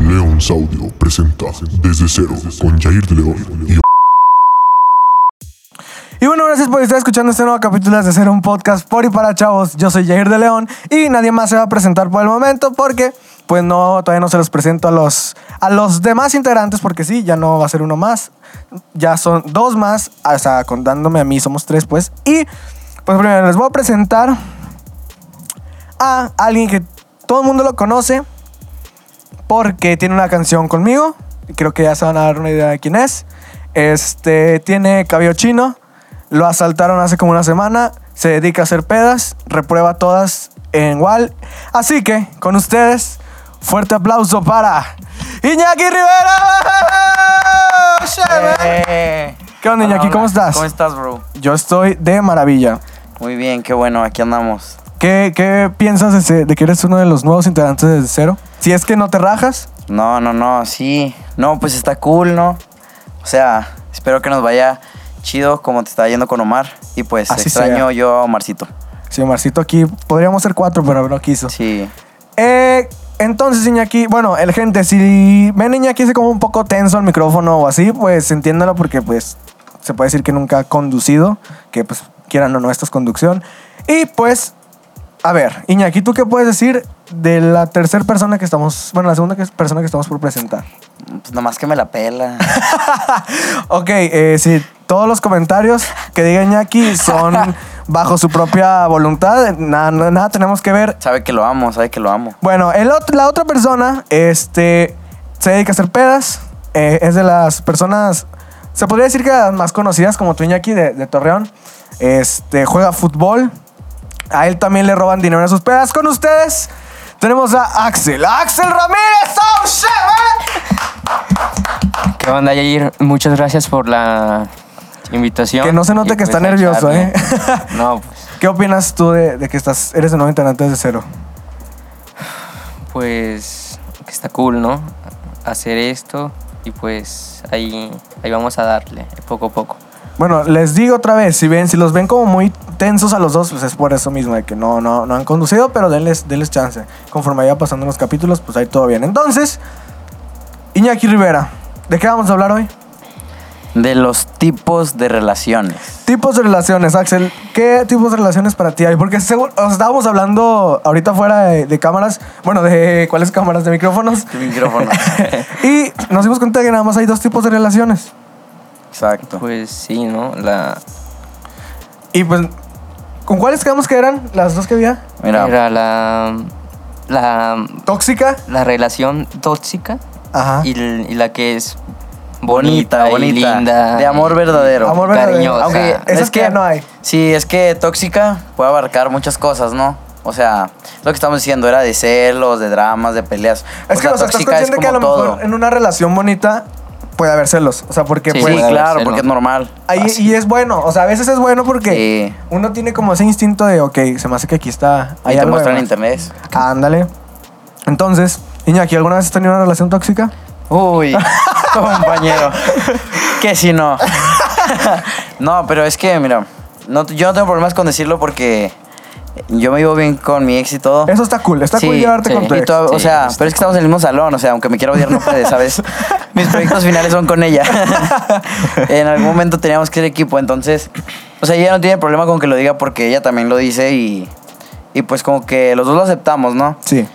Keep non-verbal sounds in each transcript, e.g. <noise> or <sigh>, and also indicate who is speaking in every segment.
Speaker 1: Ramos Audio presenta Desde Cero con Jair de León y
Speaker 2: Y bueno, gracias por estar escuchando este nuevo capítulo de hacer un podcast por y para chavos. Yo soy Jair de León y nadie más se va a presentar por el momento porque pues no, todavía no se los presento a los, a los demás integrantes porque sí, ya no va a ser uno más. Ya son dos más, o sea, contándome a mí somos tres pues. Y pues primero les voy a presentar a alguien que todo el mundo lo conoce porque tiene una canción conmigo. Creo que ya se van a dar una idea de quién es. Este tiene cabello chino. Lo asaltaron hace como una semana. Se dedica a hacer pedas. Reprueba todas en Wal. Así que, con ustedes, fuerte aplauso para Iñaki Rivera. ¡Cheve!
Speaker 3: Eh.
Speaker 2: ¿Qué onda, Iñaki? ¿Cómo estás?
Speaker 3: ¿Cómo estás, bro?
Speaker 2: Yo estoy de maravilla.
Speaker 3: Muy bien, qué bueno, aquí andamos.
Speaker 2: ¿Qué, qué piensas de ese- de que eres uno de los nuevos integrantes de cero? Si es que no te rajas.
Speaker 3: No, no, no, sí. No, pues está cool, ¿no? O sea, espero que nos vaya chido como te está yendo con Omar. Y pues
Speaker 2: Así
Speaker 3: extraño
Speaker 2: sea.
Speaker 3: yo a Omarcito.
Speaker 2: Sí, Marcito aquí. Podríamos ser cuatro, pero no quiso.
Speaker 3: Sí.
Speaker 2: Eh, entonces, Iñaki, bueno, el gente, si ven Iñaki se como un poco tenso al micrófono o así, pues entiéndalo porque pues se puede decir que nunca ha conducido, que pues quieran o no, esto es conducción. Y pues, a ver, Iñaki, ¿tú qué puedes decir de la tercera persona que estamos, bueno, la segunda que- persona que estamos por presentar?
Speaker 3: Pues nomás que me la pela. <laughs>
Speaker 2: Ok, eh, sí, todos los comentarios que diga Iñaki <laughs> son bajo su propia voluntad, nada, nada, nada tenemos que ver,
Speaker 3: sabe que lo amo, sabe que lo amo.
Speaker 2: Bueno, el ot- la otra persona este, se dedica a hacer pedas. eh, es de las personas, se podría decir que las más conocidas, como tu Iñaki de, de Torreón. Este, juega fútbol. A él también le roban dinero en sus pedas. Con ustedes tenemos a Axel. ¡Axel Ramírez! ¡Oh, shit, man!
Speaker 4: ¿Qué onda, Yair? Muchas gracias por la invitación.
Speaker 2: Que no se note
Speaker 4: Y, pues
Speaker 2: que está
Speaker 4: a
Speaker 2: nervioso,
Speaker 4: echarle.
Speaker 2: ¿eh?
Speaker 4: No, pues,
Speaker 2: ¿Qué opinas tú de, de que estás, eres de nuevo integrante de cero?
Speaker 4: pues que está cool, ¿no? Hacer esto y pues ahí, ahí vamos a darle, poco a poco.
Speaker 2: Bueno, les digo otra vez, si ven, si los ven como muy tensos a los dos, pues es por eso mismo, de que no, no, no han conducido, pero denles, denles chance. Conforme vaya pasando los capítulos, pues ahí todo bien. Entonces, Iñaki Rivera, ¿de qué vamos a hablar hoy?
Speaker 3: De los tipos
Speaker 2: <laughs>
Speaker 3: de relaciones.
Speaker 2: Tipos de relaciones, Axel. ¿Qué tipos de relaciones para ti hay? Porque seguro, os estábamos hablando ahorita fuera de, de cámaras, bueno, de <laughs> cuáles cámaras, de micrófonos.
Speaker 3: Tu micrófono.
Speaker 2: y nos dimos cuenta de que nada más hay dos tipos de relaciones.
Speaker 3: <laughs> Exacto.
Speaker 4: Pues sí, ¿no? La,
Speaker 2: Y pues, ¿con cuáles creemos que eran las dos que había?
Speaker 3: Mira,
Speaker 4: Era la, la,
Speaker 2: Tóxica.
Speaker 4: la relación tóxica
Speaker 2: Ajá.
Speaker 4: y, l- y la que es
Speaker 3: bonita,
Speaker 4: bonita, y
Speaker 3: bonita.
Speaker 4: linda.
Speaker 3: De amor
Speaker 4: y-
Speaker 3: verdadero.
Speaker 2: Amor verdadero.
Speaker 4: cariñosa.
Speaker 3: Aunque
Speaker 2: Esas que ya no hay.
Speaker 3: Sí, es que tóxica puede abarcar muchas cosas, ¿no? O sea, lo que estamos diciendo era de celos, de dramas, de peleas.
Speaker 2: Es que,
Speaker 3: o sea,
Speaker 2: o sea, estás
Speaker 3: tóxica es
Speaker 2: consciente que a
Speaker 3: como
Speaker 2: lo
Speaker 3: todo.
Speaker 2: mejor en una relación bonita puede haber celos. O sea, porque
Speaker 4: Sí,
Speaker 2: pues.
Speaker 3: Sí,
Speaker 4: puede haber
Speaker 3: claro,
Speaker 4: celo.
Speaker 3: porque es normal.
Speaker 2: ahí-
Speaker 3: Así.
Speaker 2: y es bueno. O sea, a veces es bueno porque
Speaker 3: Sí.
Speaker 2: uno tiene como ese instinto de, ok, se me hace que aquí está.
Speaker 3: Ahí
Speaker 2: hay
Speaker 3: te
Speaker 2: algo de
Speaker 3: muestran
Speaker 2: más".
Speaker 3: internet.
Speaker 2: Ándale. Entonces, Iñaki, ¿alguna vez has tenido una relación tóxica?
Speaker 3: <laughs> Uy, compañero. que si no? <laughs> no, pero es que, mira, no, yo no tengo problemas con decirlo porque yo me llevo bien con mi ex y todo.
Speaker 2: Eso está cool. Está
Speaker 3: Sí,
Speaker 2: cool llevarte
Speaker 4: sí.
Speaker 2: con tu
Speaker 3: Y
Speaker 2: ex.
Speaker 3: todo, o
Speaker 4: Sí,
Speaker 3: sea,
Speaker 4: está
Speaker 3: pero es que estamos en el mismo salón, o sea, aunque me quiera odiar no puede, ¿sabes?
Speaker 2: <laughs>
Speaker 3: Mis proyectos finales son con ella. <laughs> en algún momento teníamos que ser equipo, entonces, o sea, ella no tiene problema con que lo diga porque ella también lo dice y, y pues como que los dos lo aceptamos, ¿no?
Speaker 2: Sí.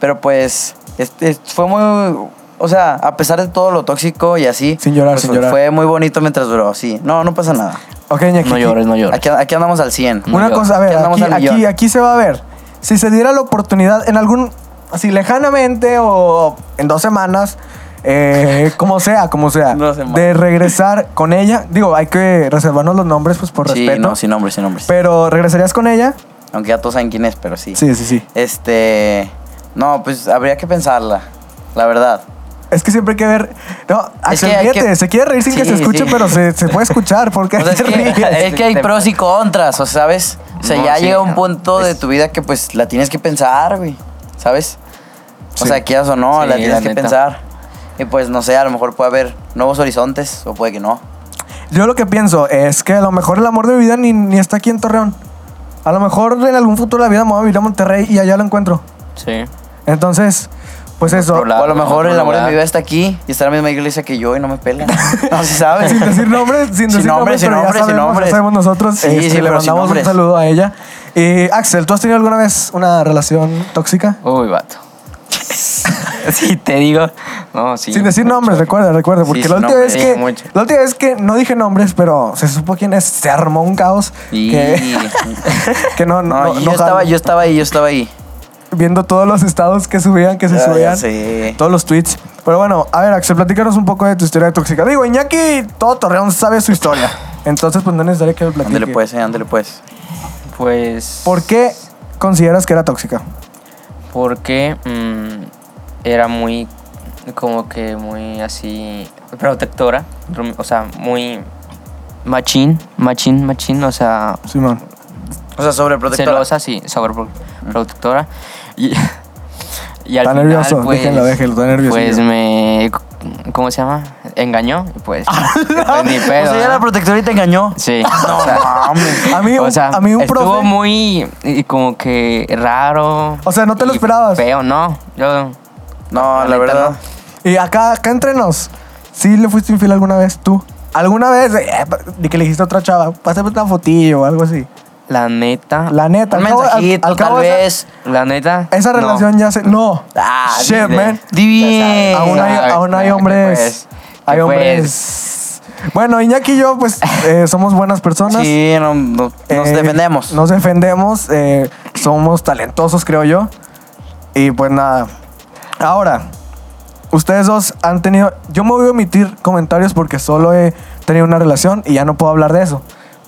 Speaker 3: Pero pues este, es- fue muy, o sea, a pesar de todo lo tóxico y así.
Speaker 2: Sin llorar,
Speaker 3: pues,
Speaker 2: sin
Speaker 3: fue-
Speaker 2: llorar.
Speaker 3: Fue muy bonito mientras duró, sí. No, no pasa nada.
Speaker 2: Ok, Iñaki.
Speaker 4: No llores, no llores.
Speaker 3: Aquí, aquí andamos al 100.
Speaker 4: No
Speaker 2: Una
Speaker 4: llores.
Speaker 2: cosa, a ver,
Speaker 3: Aquí andamos
Speaker 2: aquí,
Speaker 3: al
Speaker 2: aquí,
Speaker 3: millón.
Speaker 2: aquí se va a ver. Si se diera la oportunidad en algún, así lejanamente o en dos semanas, eh,
Speaker 3: <laughs>
Speaker 2: como sea, como sea,
Speaker 3: Dos semanas.
Speaker 2: de regresar con ella, digo, hay que reservarnos los nombres, pues por
Speaker 3: sí,
Speaker 2: respeto.
Speaker 3: no, sin nombres, sin nombres.
Speaker 2: Pero regresarías con ella.
Speaker 3: Aunque ya todos saben quién es, pero
Speaker 2: Sí, sí, sí.
Speaker 3: Este. No, pues habría que pensarla,
Speaker 2: <laughs>
Speaker 3: la verdad.
Speaker 2: Es que siempre hay que ver. No, Axel,
Speaker 3: que hay
Speaker 2: fíjate,
Speaker 3: que-
Speaker 2: se quiere reír sin que se
Speaker 3: Sí,
Speaker 2: escuche,
Speaker 3: sí.
Speaker 2: pero se, se puede escuchar porque
Speaker 3: <laughs> O sea,
Speaker 2: se
Speaker 3: Pues es,
Speaker 2: ríe. este,
Speaker 3: que, eh, es que hay pros y contras, o sea, ¿sabes? O sea,
Speaker 4: No,
Speaker 3: ya
Speaker 4: sí,
Speaker 3: llega un
Speaker 4: no.
Speaker 3: punto de
Speaker 4: Es-
Speaker 3: tu vida que pues la tienes que pensar, güey. ¿Sabes? O
Speaker 2: Sí.
Speaker 3: sea, quieras o no,
Speaker 4: Sí,
Speaker 3: la tienes
Speaker 4: la
Speaker 3: que
Speaker 4: neta.
Speaker 3: pensar. Y pues no sé, a lo mejor puede haber nuevos horizontes o puede que no.
Speaker 2: Yo lo que pienso es que a lo mejor el amor de mi vida ni, ni está aquí en Torreón. A lo mejor en algún futuro de la vida me voy a vivir a Monterrey y allá lo encuentro.
Speaker 4: Sí.
Speaker 2: Entonces, Pues eso.
Speaker 4: Otro lado.
Speaker 3: O a lo mejor el amor de
Speaker 4: Hola.
Speaker 3: mi vida está aquí y está en la misma iglesia que yo y no me
Speaker 2: <laughs>
Speaker 3: pela. No se
Speaker 2: <laughs>
Speaker 3: sabe.
Speaker 2: Sin decir nombres, sin decir nombres, pero ya
Speaker 3: sin nombres, sin
Speaker 2: sabemos, ya
Speaker 3: nombres.
Speaker 2: sabemos nosotros.
Speaker 3: Sí,
Speaker 2: y
Speaker 3: sí,
Speaker 2: este, le
Speaker 3: pero sin
Speaker 2: mandamos un
Speaker 3: nombres.
Speaker 2: saludo a ella. Y Axel, ¿tú has tenido alguna vez una relación tóxica?
Speaker 4: Uy, vato. <laughs> sí, te digo. No, sí.
Speaker 2: Sin decir
Speaker 4: mucho.
Speaker 2: nombres, recuerda, recuerda, porque
Speaker 3: sin
Speaker 2: la última
Speaker 3: nombres,
Speaker 2: vez
Speaker 4: sí,
Speaker 2: que
Speaker 4: mucho.
Speaker 2: la última vez que no dije nombres, pero se supo quién es, se armó un caos
Speaker 3: Y- <laughs>
Speaker 2: que, <laughs> que no, no,
Speaker 3: No,
Speaker 2: no
Speaker 3: yo, estaba,
Speaker 2: jalo.
Speaker 3: yo estaba ahí, yo estaba ahí.
Speaker 2: viendo todos los estados que subían, que se
Speaker 3: Ah, ya
Speaker 2: subían,
Speaker 3: sé.
Speaker 2: todos los tweets. Pero bueno, a ver, Axel, platícanos un poco de tu historia tóxica. Digo, Iñaki, todo Torreón sabe su historia. Entonces, pues no necesitaría que lo platique.
Speaker 3: Ándale pues, eh, ándale pues.
Speaker 4: Pues.
Speaker 2: ¿Por qué consideras que era tóxica?
Speaker 4: Porque mm, era muy, como que muy así, protectora. O sea, muy machín, machín, machín. O sea,
Speaker 2: Simón.
Speaker 3: O sea, sobre
Speaker 4: celosa, sí, sobreprotectora. Y, <laughs> y al
Speaker 2: Está
Speaker 4: final,
Speaker 2: nervioso,
Speaker 4: pues,
Speaker 2: déjenlo, déjenlo, está nervioso.
Speaker 4: Pues me, ¿cómo se llama? Engañó
Speaker 2: <laughs>
Speaker 4: y pues, pues ni
Speaker 3: o
Speaker 4: pedo.
Speaker 3: sea, ya
Speaker 4: ¿no?
Speaker 3: la protectora y te engañó.
Speaker 4: Sí. <laughs> o sea,
Speaker 2: A mí,
Speaker 4: <laughs> o
Speaker 2: un-
Speaker 4: sea,
Speaker 2: a mí un
Speaker 4: estuvo
Speaker 2: profe.
Speaker 4: muy eh, como que raro.
Speaker 2: O sea, ¿no te lo
Speaker 4: y
Speaker 2: esperabas?
Speaker 4: Feo, no. Yo
Speaker 3: No,
Speaker 4: La
Speaker 3: la
Speaker 4: neta,
Speaker 3: verdad.
Speaker 4: no.
Speaker 2: Y acá, acá entre nos, ¿sí le fuiste infiel alguna vez tú? ¿Alguna vez eh, pa- de que le dijiste a otra chava, pásame una fotillo o algo así?
Speaker 4: La neta. La,
Speaker 2: La neta,
Speaker 3: Un
Speaker 2: al cabo- al-
Speaker 3: mensajito,
Speaker 2: al cabo
Speaker 3: tal
Speaker 2: esa-
Speaker 3: vez.
Speaker 4: neta.
Speaker 2: Esa
Speaker 4: no.
Speaker 2: relación ya se. No.
Speaker 3: Ah,
Speaker 2: Shit,
Speaker 3: dile.
Speaker 2: man.
Speaker 3: Dile.
Speaker 2: Aún hay,
Speaker 4: Exacto,
Speaker 2: aún hay
Speaker 4: que
Speaker 2: hombres.
Speaker 4: pues,
Speaker 2: hay
Speaker 4: que
Speaker 2: hombres. Bueno, Iñaki y yo, pues, eh, somos buenas personas.
Speaker 3: Sí, no- no- nos
Speaker 2: Eh,
Speaker 3: defendemos.
Speaker 2: Nos defendemos. eh, somos talentosos, creo yo. Y pues nada. Ahora, ustedes dos han tenido. Yo me voy a omitir comentarios porque solo he tenido una relación y ya no puedo hablar de eso.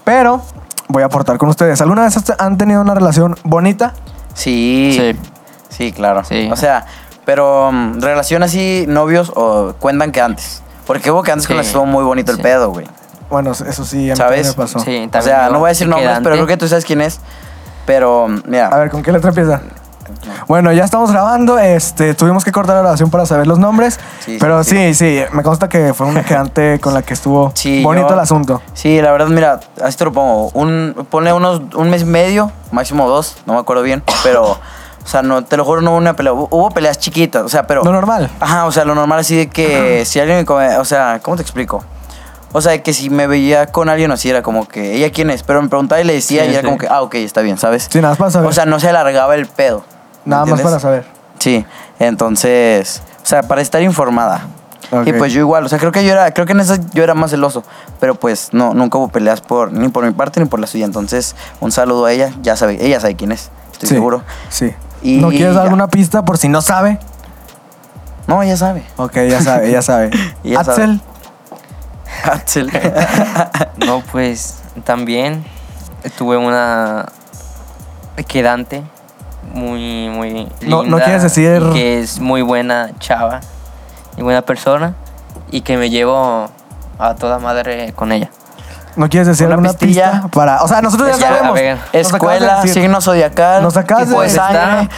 Speaker 2: Pero voy a aportar con ustedes. ¿Alguna vez han tenido una relación bonita?
Speaker 3: Sí.
Speaker 4: Sí.
Speaker 3: Sí, claro.
Speaker 4: Sí.
Speaker 3: O sea, pero mm, relación así, novios o cuentan que antes. Porque hubo que antes con
Speaker 4: Sí.
Speaker 3: las estuvo muy bonito el
Speaker 4: Sí.
Speaker 3: pedo, güey.
Speaker 2: Bueno, eso sí, a mí también
Speaker 3: ¿Sabes?
Speaker 2: me pasó.
Speaker 4: Sí,
Speaker 3: O
Speaker 4: también
Speaker 3: sea,
Speaker 4: yo,
Speaker 3: no voy a decir nombres,
Speaker 4: quedante.
Speaker 3: pero creo que tú sabes quién es. Pero, mm, mira.
Speaker 2: ¿eh? A ver, ¿con qué letra empieza? Bueno, ya estamos grabando. Este, tuvimos que cortar la grabación para saber los nombres.
Speaker 3: Sí,
Speaker 2: pero sí
Speaker 3: sí,
Speaker 2: sí. me consta que fue una quedante con la que estuvo
Speaker 3: <laughs> Sí,
Speaker 2: bonito
Speaker 3: yo-
Speaker 2: el asunto.
Speaker 3: Sí, la verdad, mira, así te lo pongo. Un, ponle unos, un mes y medio, máximo dos, no me acuerdo bien, pero, o sea, no, te lo juro, no hubo una pelea. Hubo hubo peleas chiquitas, o sea, pero.
Speaker 2: Lo normal.
Speaker 3: Ajá, o sea, lo normal así de que si alguien, como- o sea, ¿cómo te explico? O sea, que si me veía con alguien así era como que, ¿ella quién es? Pero me preguntaba y le decía
Speaker 4: Sí,
Speaker 3: y era
Speaker 4: sí.
Speaker 3: como que, ah, ok, está bien, ¿sabes?
Speaker 2: Sí, nada más para saber.
Speaker 3: O sea, no se alargaba el pedo. ¿me
Speaker 2: Nada más
Speaker 3: entiendes?
Speaker 2: para saber.
Speaker 3: Sí, entonces, o sea, para estar informada.
Speaker 2: Ok.
Speaker 3: Y pues yo igual, o sea, creo que yo era, creo que en eso yo era más celoso, pero pues no, nunca hubo peleas por, ni por mi parte ni por la suya. Entonces, un saludo a ella, ya sabe, ella sabe quién es, estoy
Speaker 2: Sí,
Speaker 3: seguro.
Speaker 2: Sí.
Speaker 3: Y-
Speaker 2: ¿No quieres dar
Speaker 3: ya.
Speaker 2: alguna pista por si no sabe?
Speaker 3: No, ella sabe. <laughs>
Speaker 2: Ok, ya sabe, ya sabe.
Speaker 3: Ya
Speaker 2: Axel,
Speaker 3: Axel.
Speaker 4: No, pues también tuve una quedante muy, muy
Speaker 2: No- no
Speaker 4: linda
Speaker 2: quieres decir-
Speaker 4: y Que es muy buena chava y buena persona y que me llevo a toda madre con ella.
Speaker 2: ¿no quieres decir
Speaker 3: Una
Speaker 2: alguna
Speaker 3: pistilla.
Speaker 2: pista para. O sea, nosotros ya
Speaker 4: Es que, a
Speaker 2: sabemos.
Speaker 4: ver,
Speaker 2: Nos acabas de
Speaker 3: <laughs> Escuela,
Speaker 2: decir.
Speaker 3: signo zodiacal.
Speaker 2: Nos acabas
Speaker 3: tipo
Speaker 2: de decir.
Speaker 4: <laughs>
Speaker 3: sangre.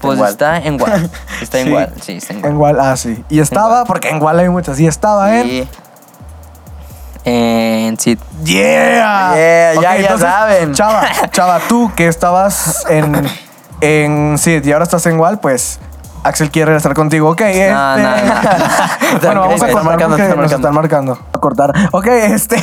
Speaker 4: Pues
Speaker 3: igual.
Speaker 4: está en Gual. Está en
Speaker 3: Sí.
Speaker 4: Gual, sí, está en Gual.
Speaker 2: En Gual, ah, sí. Y estaba, porque en Gual hay muchas. Y estaba en.
Speaker 3: Sí.
Speaker 4: En Sid.
Speaker 2: Yeah.
Speaker 3: Yeah, ya-
Speaker 2: Ok,
Speaker 3: ya saben.
Speaker 2: Chava, chava, tú que estabas en, en Sid y ahora estás en Wal, pues Axel quiere estar contigo. Ok, este... <laughs>
Speaker 4: no, no.
Speaker 2: bueno, vamos a
Speaker 3: Están
Speaker 2: cortar
Speaker 3: marcando,
Speaker 2: porque
Speaker 3: están
Speaker 2: nos están marcando. A cortar. Ok, este... <laughs>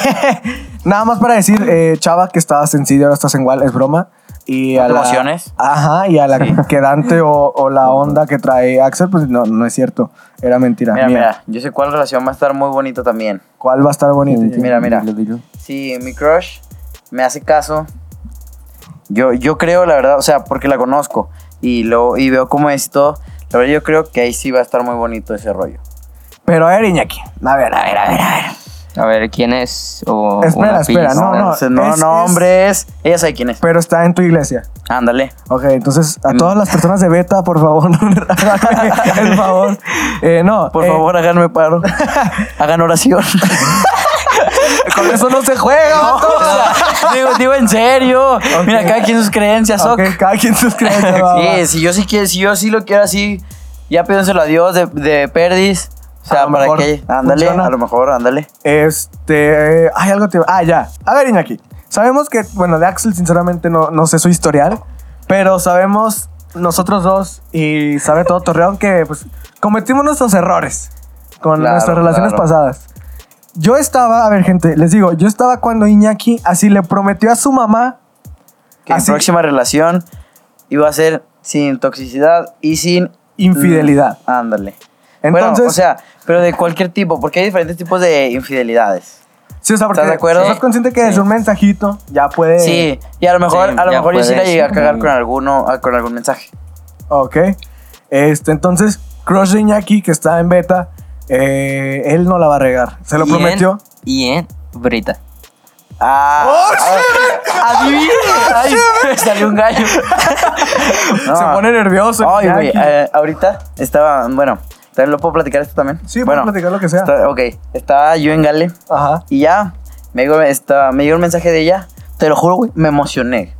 Speaker 2: Nada más para decir, eh, chava, que estabas en Sid y ahora estás en Wal, es broma. Y a la,
Speaker 3: Promociones.
Speaker 2: Ajá, y a la quedante o, o la onda que trae Axel, pues no, no es cierto. Era mentira.
Speaker 3: Mira,
Speaker 2: mía.
Speaker 3: mira, yo sé cuál relación va a estar muy bonita también.
Speaker 2: ¿Cuál va a estar bonito?
Speaker 3: Mira, mira. Si mi crush me hace caso, yo, yo creo, la verdad, o sea, porque la conozco y, lo, y veo cómo es y todo, la verdad yo creo que ahí sí va a estar muy bonito ese rollo.
Speaker 2: Pero a ver, Iñaki. A ver, a ver, a ver, a ver.
Speaker 4: A ver, ¿quién es? O
Speaker 2: Espera,
Speaker 4: una
Speaker 2: espera,
Speaker 4: pista.
Speaker 2: Ah, no, no.
Speaker 3: Entonces, no,
Speaker 2: es-
Speaker 3: no,
Speaker 2: es-
Speaker 3: hombres, ella sabe quién es.
Speaker 2: Pero está en tu iglesia.
Speaker 3: Ándale.
Speaker 2: Ok, entonces
Speaker 3: Mm.
Speaker 2: a todas las personas de beta, por favor, <laughs> háganme el favor. Eh, no,
Speaker 3: Por
Speaker 2: eh,
Speaker 3: favor, háganme paro. <laughs> Hagan oración.
Speaker 2: <laughs> con eso <laughs> no se juega.
Speaker 3: <laughs>
Speaker 2: vato.
Speaker 3: digo, digo en serio. Mira, cada quien sus creencias, ok.
Speaker 2: Ok, cada quien sus creencias. va, va.
Speaker 3: Sí, si yo sí quiero, si yo sí lo quiero así, ya pídenselo a Dios de, de perdis. O
Speaker 2: A
Speaker 3: sea,
Speaker 2: lo
Speaker 3: para
Speaker 2: mejor
Speaker 3: que. Ándale,
Speaker 2: funciona.
Speaker 3: a lo mejor, ándale.
Speaker 2: Este, hay algo te Ah, ya. A ver, Iñaki. Sabemos que, bueno, de Axel sinceramente no, no sé su historial, pero sabemos nosotros dos y sabe todo Torreón que pues, cometimos nuestros errores con
Speaker 3: Claro,
Speaker 2: nuestras relaciones
Speaker 3: claro.
Speaker 2: pasadas. Yo estaba, a ver gente, les digo, yo estaba cuando Iñaki así le prometió a su mamá
Speaker 3: Que mi
Speaker 2: Así-
Speaker 3: próxima relación iba a ser sin toxicidad y sin... Mm,
Speaker 2: infidelidad.
Speaker 3: Ándale.
Speaker 2: Entonces,
Speaker 3: bueno, o sea, pero de cualquier tipo, porque hay diferentes tipos de infidelidades.
Speaker 2: sí, o sea, porque
Speaker 3: ¿estás de acuerdo?
Speaker 2: estás consciente que
Speaker 4: Sí.
Speaker 2: es un mensajito, ya puede...
Speaker 3: Sí, y a lo mejor,
Speaker 4: Sí,
Speaker 3: a lo
Speaker 4: ya
Speaker 3: mejor yo sí la
Speaker 4: puedes.
Speaker 3: llegué a cagar
Speaker 4: Ujú.
Speaker 3: con alguno, ah, con algún mensaje.
Speaker 2: Ok. Este, entonces, Crush de Iñaki, que está en beta, eh, él no la va a regar. Se lo
Speaker 4: Y en-
Speaker 2: prometió.
Speaker 4: Y en Brita.
Speaker 3: Ah,
Speaker 2: ¡Oh,
Speaker 3: adivina, ay, <laughs> salió
Speaker 2: <laughs>
Speaker 3: un gallo. No.
Speaker 2: Se pone nervioso.
Speaker 3: Ay,
Speaker 2: Iñaki.
Speaker 3: güey, eh, ahorita estaba, bueno, también lo puedo platicar esto también.
Speaker 2: Sí,
Speaker 3: bueno,
Speaker 2: puedes platicar lo que sea.
Speaker 3: está- ok, estaba yo en Gale
Speaker 2: Ajá.
Speaker 3: y ya me llegó, esta- me llegó un mensaje de ella. Te lo juro, güey, me emocioné.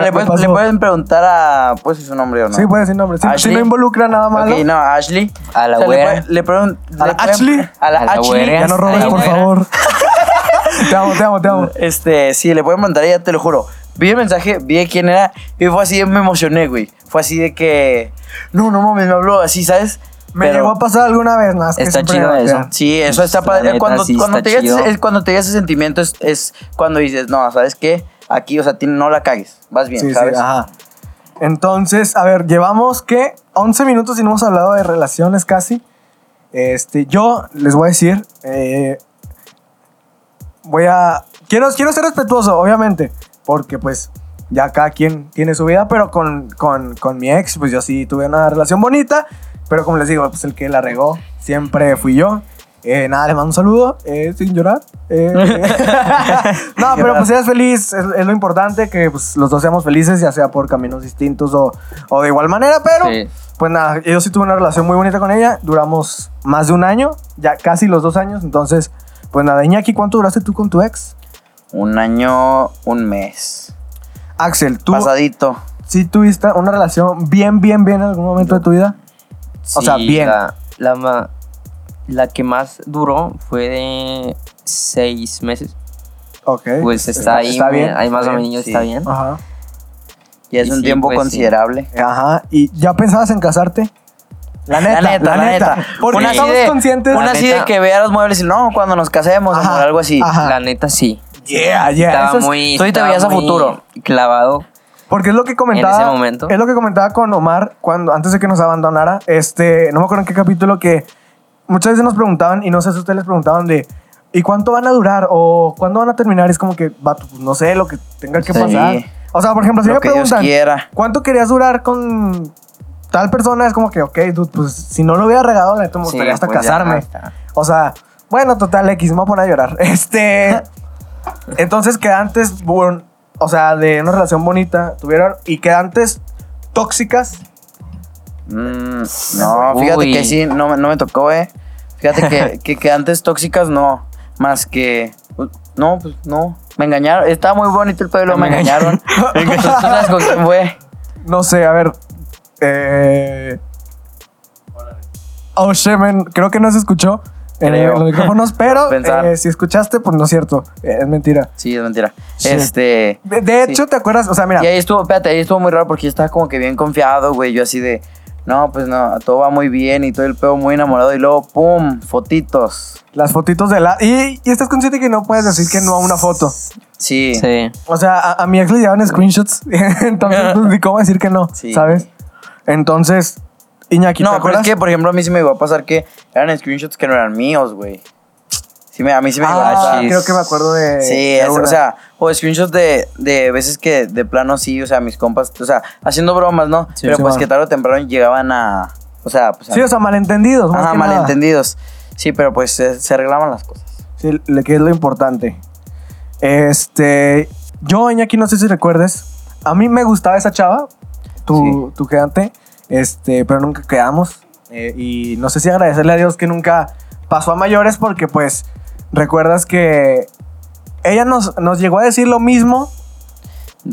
Speaker 2: <laughs> Me-
Speaker 3: le
Speaker 2: me
Speaker 3: pueden,
Speaker 2: pasó.
Speaker 3: le pueden preguntar a, pues, si su nombre o no.
Speaker 2: pues, Sí, puede decir nombre. Si, si
Speaker 3: Ashley.
Speaker 2: no involucra nada malo.
Speaker 3: Ok, no, a Ashley.
Speaker 4: A la
Speaker 3: O sea, le
Speaker 4: güera.
Speaker 3: pueden- Le, pregun-
Speaker 2: ¿A
Speaker 3: le
Speaker 2: la
Speaker 3: pueden-
Speaker 2: Ashley?
Speaker 3: A la,
Speaker 4: A la
Speaker 3: Ashley.
Speaker 4: güera.
Speaker 2: ya no robes,
Speaker 4: Ahí,
Speaker 2: por
Speaker 4: güey.
Speaker 2: favor. <laughs> te amo, te amo, te amo.
Speaker 3: Este, sí, le pueden mandar a ella, te lo juro. Vi el mensaje, vi de quién era y fue así, me emocioné, güey. Fue así de que. No, no mames, me habló así, ¿sabes?
Speaker 2: Me
Speaker 3: Pero-
Speaker 2: llegó a pasar alguna vez, nada más que
Speaker 4: Está
Speaker 2: siempre
Speaker 4: chido
Speaker 2: me
Speaker 4: eso.
Speaker 2: batean.
Speaker 3: Sí, eso
Speaker 4: Pues,
Speaker 3: está
Speaker 4: la
Speaker 3: padre.
Speaker 4: neta,
Speaker 3: cuando,
Speaker 4: sí
Speaker 3: cuando,
Speaker 4: está
Speaker 3: te llega
Speaker 4: chido.
Speaker 3: ese- es cuando te llega ese sentimiento es, es cuando dices, no, ¿sabes qué? Aquí, o sea, ti- no la cagues. Vas bien,
Speaker 2: Sí, sí,
Speaker 3: ¿sabes?
Speaker 2: ajá. Entonces, a ver, llevamos que 11 minutos y no hemos hablado de relaciones casi. Este, yo les voy a decir, eh, voy a, quiero, quiero ser respetuoso, obviamente, porque pues ya cada quien tiene su vida, pero con, con, con mi ex, pues yo sí tuve una relación bonita, pero como les digo, pues el que la regó siempre fui yo. Eh, nada, les mando un saludo, eh, sin llorar. eh. no, pero pues seas feliz, es, es lo importante, que pues, los dos seamos felices, ya sea por caminos distintos o, o de igual manera, pero...
Speaker 4: Sí.
Speaker 2: Pues nada, yo sí tuve una relación muy bonita con ella. Duramos más de un año, ya casi los dos años. Entonces, pues nada, Iñaki, ¿cuánto duraste tú con tu ex?
Speaker 3: Un año, un mes.
Speaker 2: Axel, ¿tú
Speaker 3: Pasadito.
Speaker 2: sí tuviste una relación bien, bien, bien en algún momento de tu vida? O sea,
Speaker 4: Sí,
Speaker 2: bien.
Speaker 4: La, la ma- la que más duró fue de seis meses.
Speaker 2: Ok.
Speaker 4: Pues está, ahí,
Speaker 2: bien.
Speaker 4: ahí más
Speaker 3: está
Speaker 4: o
Speaker 3: bien,
Speaker 4: menos
Speaker 3: sí.
Speaker 4: está bien.
Speaker 2: Ajá.
Speaker 3: Y es
Speaker 4: Y
Speaker 3: un
Speaker 4: sí,
Speaker 3: tiempo
Speaker 4: pues, sí.
Speaker 3: considerable.
Speaker 2: Ajá. ¿Y ya pensabas en casarte? La neta, la neta. Porque
Speaker 3: Una así
Speaker 2: estamos
Speaker 3: de-
Speaker 2: conscientes.
Speaker 3: Una
Speaker 4: La
Speaker 3: así de
Speaker 4: neta.
Speaker 3: que vea los muebles y no, cuando nos casemos,
Speaker 2: Ajá,
Speaker 3: amor, algo así.
Speaker 2: ajá.
Speaker 4: La neta sí.
Speaker 2: Yeah, yeah. Eso
Speaker 4: Estaba
Speaker 2: es-
Speaker 4: muy.
Speaker 3: tú te
Speaker 4: estaba
Speaker 3: veías a
Speaker 4: muy
Speaker 3: futuro.
Speaker 4: Clavado.
Speaker 2: Porque es lo que comentaba.
Speaker 4: En ese momento.
Speaker 2: Es lo que comentaba con Omar cuando, antes de que nos abandonara. Este, no me acuerdo en qué capítulo que muchas veces nos preguntaban, y no sé si ustedes les preguntaban de. ¿Y cuánto van a durar? ¿O cuándo van a terminar? Y es como que, vato, pues no sé, lo que tenga que
Speaker 3: Sí.
Speaker 2: pasar. O sea, por ejemplo, si
Speaker 3: Lo
Speaker 2: me
Speaker 3: que Dios
Speaker 2: preguntan,
Speaker 3: quiera.
Speaker 2: ¿cuánto querías durar con tal persona? Es como que, ok, dude, pues si no lo hubiera regado, la neta me
Speaker 3: Sí,
Speaker 2: gustaría hasta
Speaker 3: pues, ya,
Speaker 2: casarme.
Speaker 3: está.
Speaker 2: O sea, bueno, total, X, me voy a poner a llorar. <laughs> Este. entonces, que antes, bueno, o sea, de una relación bonita, tuvieron. Y que antes, tóxicas.
Speaker 3: Mm, no, fíjate
Speaker 4: Uy.
Speaker 3: que sí, no, me- no me tocó, eh. Fíjate que, que, que antes tóxicas no, más que... No, pues no. Me engañaron. Estaba muy bonito el pelo, me
Speaker 4: Me
Speaker 3: engañaron. ¿Tú <laughs> sabes con quién fue?
Speaker 2: No sé, a ver. Eh. Oh, shemen, creo que no se escuchó eh, en
Speaker 3: Creo.
Speaker 2: los micrófonos,
Speaker 3: <laughs>
Speaker 2: pero
Speaker 3: Pensar.
Speaker 2: eh, si escuchaste, pues no es cierto. eh, es mentira.
Speaker 3: Sí, es mentira.
Speaker 2: Sí.
Speaker 3: Este...
Speaker 2: De, de hecho, ¿te acuerdas? O sea, mira.
Speaker 3: Y ahí estuvo, espérate, ahí estuvo muy raro porque yo estaba como que bien confiado, güey. Yo así de, no, pues no, todo va muy bien y todo el pedo muy enamorado. Y luego, ¡pum! Fotitos.
Speaker 2: Las fotitos de la. Y, y estás consciente que no puedes decir que no a una foto.
Speaker 3: Sí.
Speaker 4: Sí.
Speaker 2: O sea, a, a mi ex le llevaban screenshots. <laughs> entonces, pues, ni cómo decir que no,
Speaker 3: Sí.
Speaker 2: ¿sabes? Entonces, Iñaki, ¿te
Speaker 3: No, pero
Speaker 2: acuerdas?
Speaker 3: es que, por ejemplo, a mí sí me iba a pasar que eran screenshots que no eran míos, güey. Sí, me- a mí sí me iba a
Speaker 2: Ah,
Speaker 3: pasar.
Speaker 4: sí.
Speaker 2: creo que me acuerdo de.
Speaker 3: Sí,
Speaker 2: de
Speaker 3: es- o
Speaker 2: una.
Speaker 3: sea, o screenshots de, de veces que de plano sí, o sea, mis compas, o sea, haciendo bromas, ¿no?
Speaker 2: Sí,
Speaker 3: Pero
Speaker 2: sí,
Speaker 3: pues
Speaker 2: va.
Speaker 3: que tarde o temprano llegaban a, o sea, pues a-
Speaker 2: Sí, o sea, malentendidos. más
Speaker 3: ajá,
Speaker 2: que nada.
Speaker 3: malentendidos. Sí, pero pues se, se arreglaban las cosas.
Speaker 2: Sí, le- que es lo importante. Este. Yo, Iñaki, no sé si recuerdes. A mí me gustaba esa chava, tu, tu quedante. Este, pero nunca quedamos. Eh, y no sé si agradecerle a Dios que nunca pasó a mayores, porque pues recuerdas que ella nos, nos llegó a decir lo mismo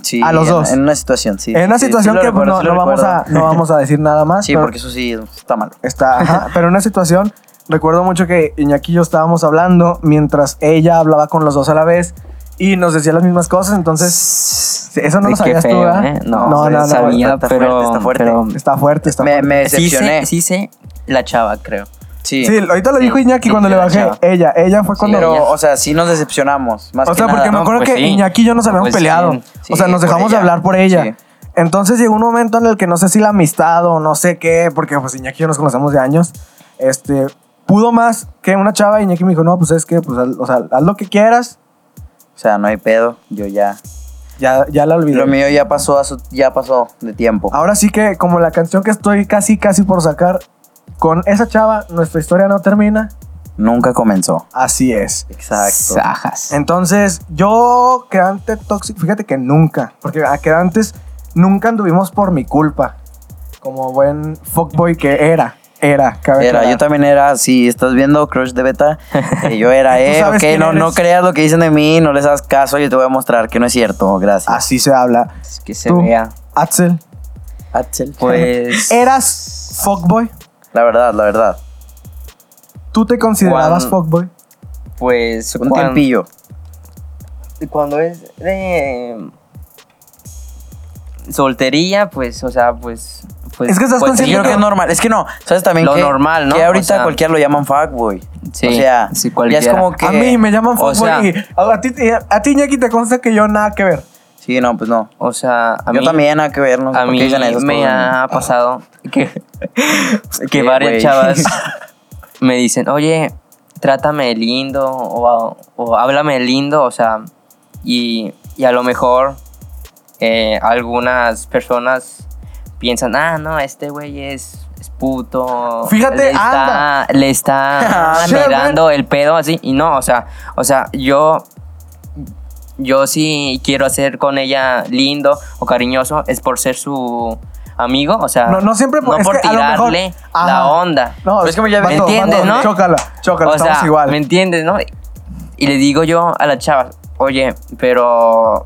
Speaker 3: Sí,
Speaker 2: A los
Speaker 3: en,
Speaker 2: dos.
Speaker 3: en una situación, sí.
Speaker 2: en una
Speaker 3: sí, sí
Speaker 2: situación
Speaker 3: lo
Speaker 2: que pues,
Speaker 3: recuerdo,
Speaker 2: no,
Speaker 3: sí lo
Speaker 2: no vamos a,
Speaker 3: recuerdo.
Speaker 2: no vamos a decir nada más.
Speaker 3: <laughs> Sí,
Speaker 2: pero
Speaker 3: porque eso sí está mal.
Speaker 2: Está,
Speaker 3: <laughs>
Speaker 2: ajá, pero en una situación, recuerdo mucho que Iñaki y yo estábamos hablando mientras ella hablaba con los dos a la vez. y nos decía las mismas cosas, entonces eso no
Speaker 4: Sí,
Speaker 2: lo
Speaker 4: qué
Speaker 2: sabías tú,
Speaker 4: feo,
Speaker 2: ¿verdad?
Speaker 4: ¿eh? No, sabía,
Speaker 3: está fuerte,
Speaker 4: pero,
Speaker 3: está fuerte.
Speaker 4: pero
Speaker 2: Está fuerte, está
Speaker 3: Me,
Speaker 2: fuerte.
Speaker 3: me
Speaker 5: Sí sé,
Speaker 3: decepcioné.
Speaker 5: sí sé la chava, creo.
Speaker 3: Sí.
Speaker 2: Sí, ahorita lo dijo Iñaki cuando le
Speaker 3: la
Speaker 2: bajé.
Speaker 3: chava.
Speaker 2: Ella, ella fue cuando...
Speaker 3: Pero, o sea, sí nos decepcionamos. Más
Speaker 2: o
Speaker 3: que
Speaker 2: sea, porque
Speaker 3: nada.
Speaker 2: me
Speaker 4: no,
Speaker 2: acuerdo
Speaker 4: pues
Speaker 2: que
Speaker 4: sí.
Speaker 2: Iñaki y yo nos habíamos
Speaker 4: Pues sí,
Speaker 2: peleado.
Speaker 3: sí,
Speaker 2: o sea, nos
Speaker 3: por
Speaker 2: dejamos de
Speaker 3: ella.
Speaker 2: hablar por ella.
Speaker 3: Sí.
Speaker 2: Entonces llegó un momento en el que no sé si la amistad o no sé qué, porque pues Iñaki y yo nos conocemos de años, este, pudo más que una chava y Iñaki me dijo, no, pues es que, pues, haz- o sea, haz lo que quieras,
Speaker 3: O sea, no hay pedo. Yo ya.
Speaker 2: ya, ya la olvidé.
Speaker 3: Lo mío ya pasó, a su- ya pasó de tiempo.
Speaker 2: Ahora sí que, como la canción que estoy casi, casi por sacar, con esa chava, nuestra historia no termina.
Speaker 3: Nunca comenzó.
Speaker 2: Así es.
Speaker 3: Exacto.
Speaker 5: Sajas.
Speaker 2: Entonces, yo quedante tóxico, fíjate que nunca, porque a quedantes nunca anduvimos por mi culpa, como buen fuckboy que era, era, cabe
Speaker 3: Era,
Speaker 2: aclarar.
Speaker 3: yo también era, si estás viendo Crush de <laughs> Beta, eh, yo era
Speaker 2: Tú
Speaker 3: él,
Speaker 2: sabes
Speaker 3: ok,
Speaker 2: quién
Speaker 3: no, no
Speaker 2: eres.
Speaker 3: creas lo que dicen de mí, no les hagas caso, yo te voy a mostrar que no es cierto, gracias.
Speaker 2: Así se habla.
Speaker 4: que se
Speaker 2: Tú.
Speaker 4: vea.
Speaker 2: Axel,
Speaker 3: Ah, Axel.
Speaker 4: Pues.
Speaker 2: ¿eras fuckboy?
Speaker 3: La verdad, la verdad.
Speaker 2: ¿Tú te considerabas
Speaker 4: Cuando-
Speaker 2: fuckboy?
Speaker 4: Pues.
Speaker 3: Un
Speaker 4: cuan-
Speaker 3: tiempillo.
Speaker 4: cuando es de soltería, pues, o sea, pues, pues
Speaker 2: Es que estás
Speaker 4: pues,
Speaker 3: Sí,
Speaker 2: consciente
Speaker 4: yo
Speaker 3: creo que es normal. Es que no, ¿sabes también
Speaker 4: Lo
Speaker 3: que,
Speaker 4: normal, ¿no?
Speaker 3: Que ahorita
Speaker 4: O sea-
Speaker 3: cualquiera lo llaman fuckboy.
Speaker 5: Sí,
Speaker 3: o sea,
Speaker 5: sí,
Speaker 3: ya es
Speaker 5: cualquiera.
Speaker 3: como que...
Speaker 2: A mí me llaman
Speaker 4: o
Speaker 2: fuckboy
Speaker 4: sea-
Speaker 2: y a, a ti, a ti, Iñaki, te consta que yo nada que ver.
Speaker 3: Sí, no, pues no.
Speaker 4: o sea, a
Speaker 3: yo
Speaker 4: mí,
Speaker 3: también, nada que ver, no sé
Speaker 4: a
Speaker 3: por
Speaker 4: mí
Speaker 3: qué dicen eso.
Speaker 4: me ha pasado que,
Speaker 3: Qué
Speaker 4: que varias
Speaker 2: <laughs>
Speaker 3: güey.
Speaker 4: chavas me dicen, oye, trátame lindo o, o háblame lindo, o sea, y, y a lo mejor eh, algunas personas piensan, ah, no, este güey es, es puto.
Speaker 2: Fíjate,
Speaker 4: le está,
Speaker 2: anda.
Speaker 4: le está
Speaker 2: <laughs> Ah,
Speaker 4: mirando el pedo así. Y no, o sea, o sea, yo, yo sí quiero hacer con ella lindo o cariñoso, es por ser su amigo, o sea,
Speaker 2: No, no siempre
Speaker 4: no
Speaker 2: es
Speaker 4: por
Speaker 2: que a lo mejor-
Speaker 4: tirarle
Speaker 2: Ajá.
Speaker 4: la onda.
Speaker 2: No,
Speaker 3: Pero es como ya-
Speaker 2: vato,
Speaker 4: ¿Entiendes,
Speaker 2: vato,
Speaker 4: no?
Speaker 2: Chócala, chócala,
Speaker 4: O
Speaker 2: estamos
Speaker 4: sea,
Speaker 2: igual.
Speaker 4: ¿me entiendes, no? Y le digo yo a la chava, oye, pero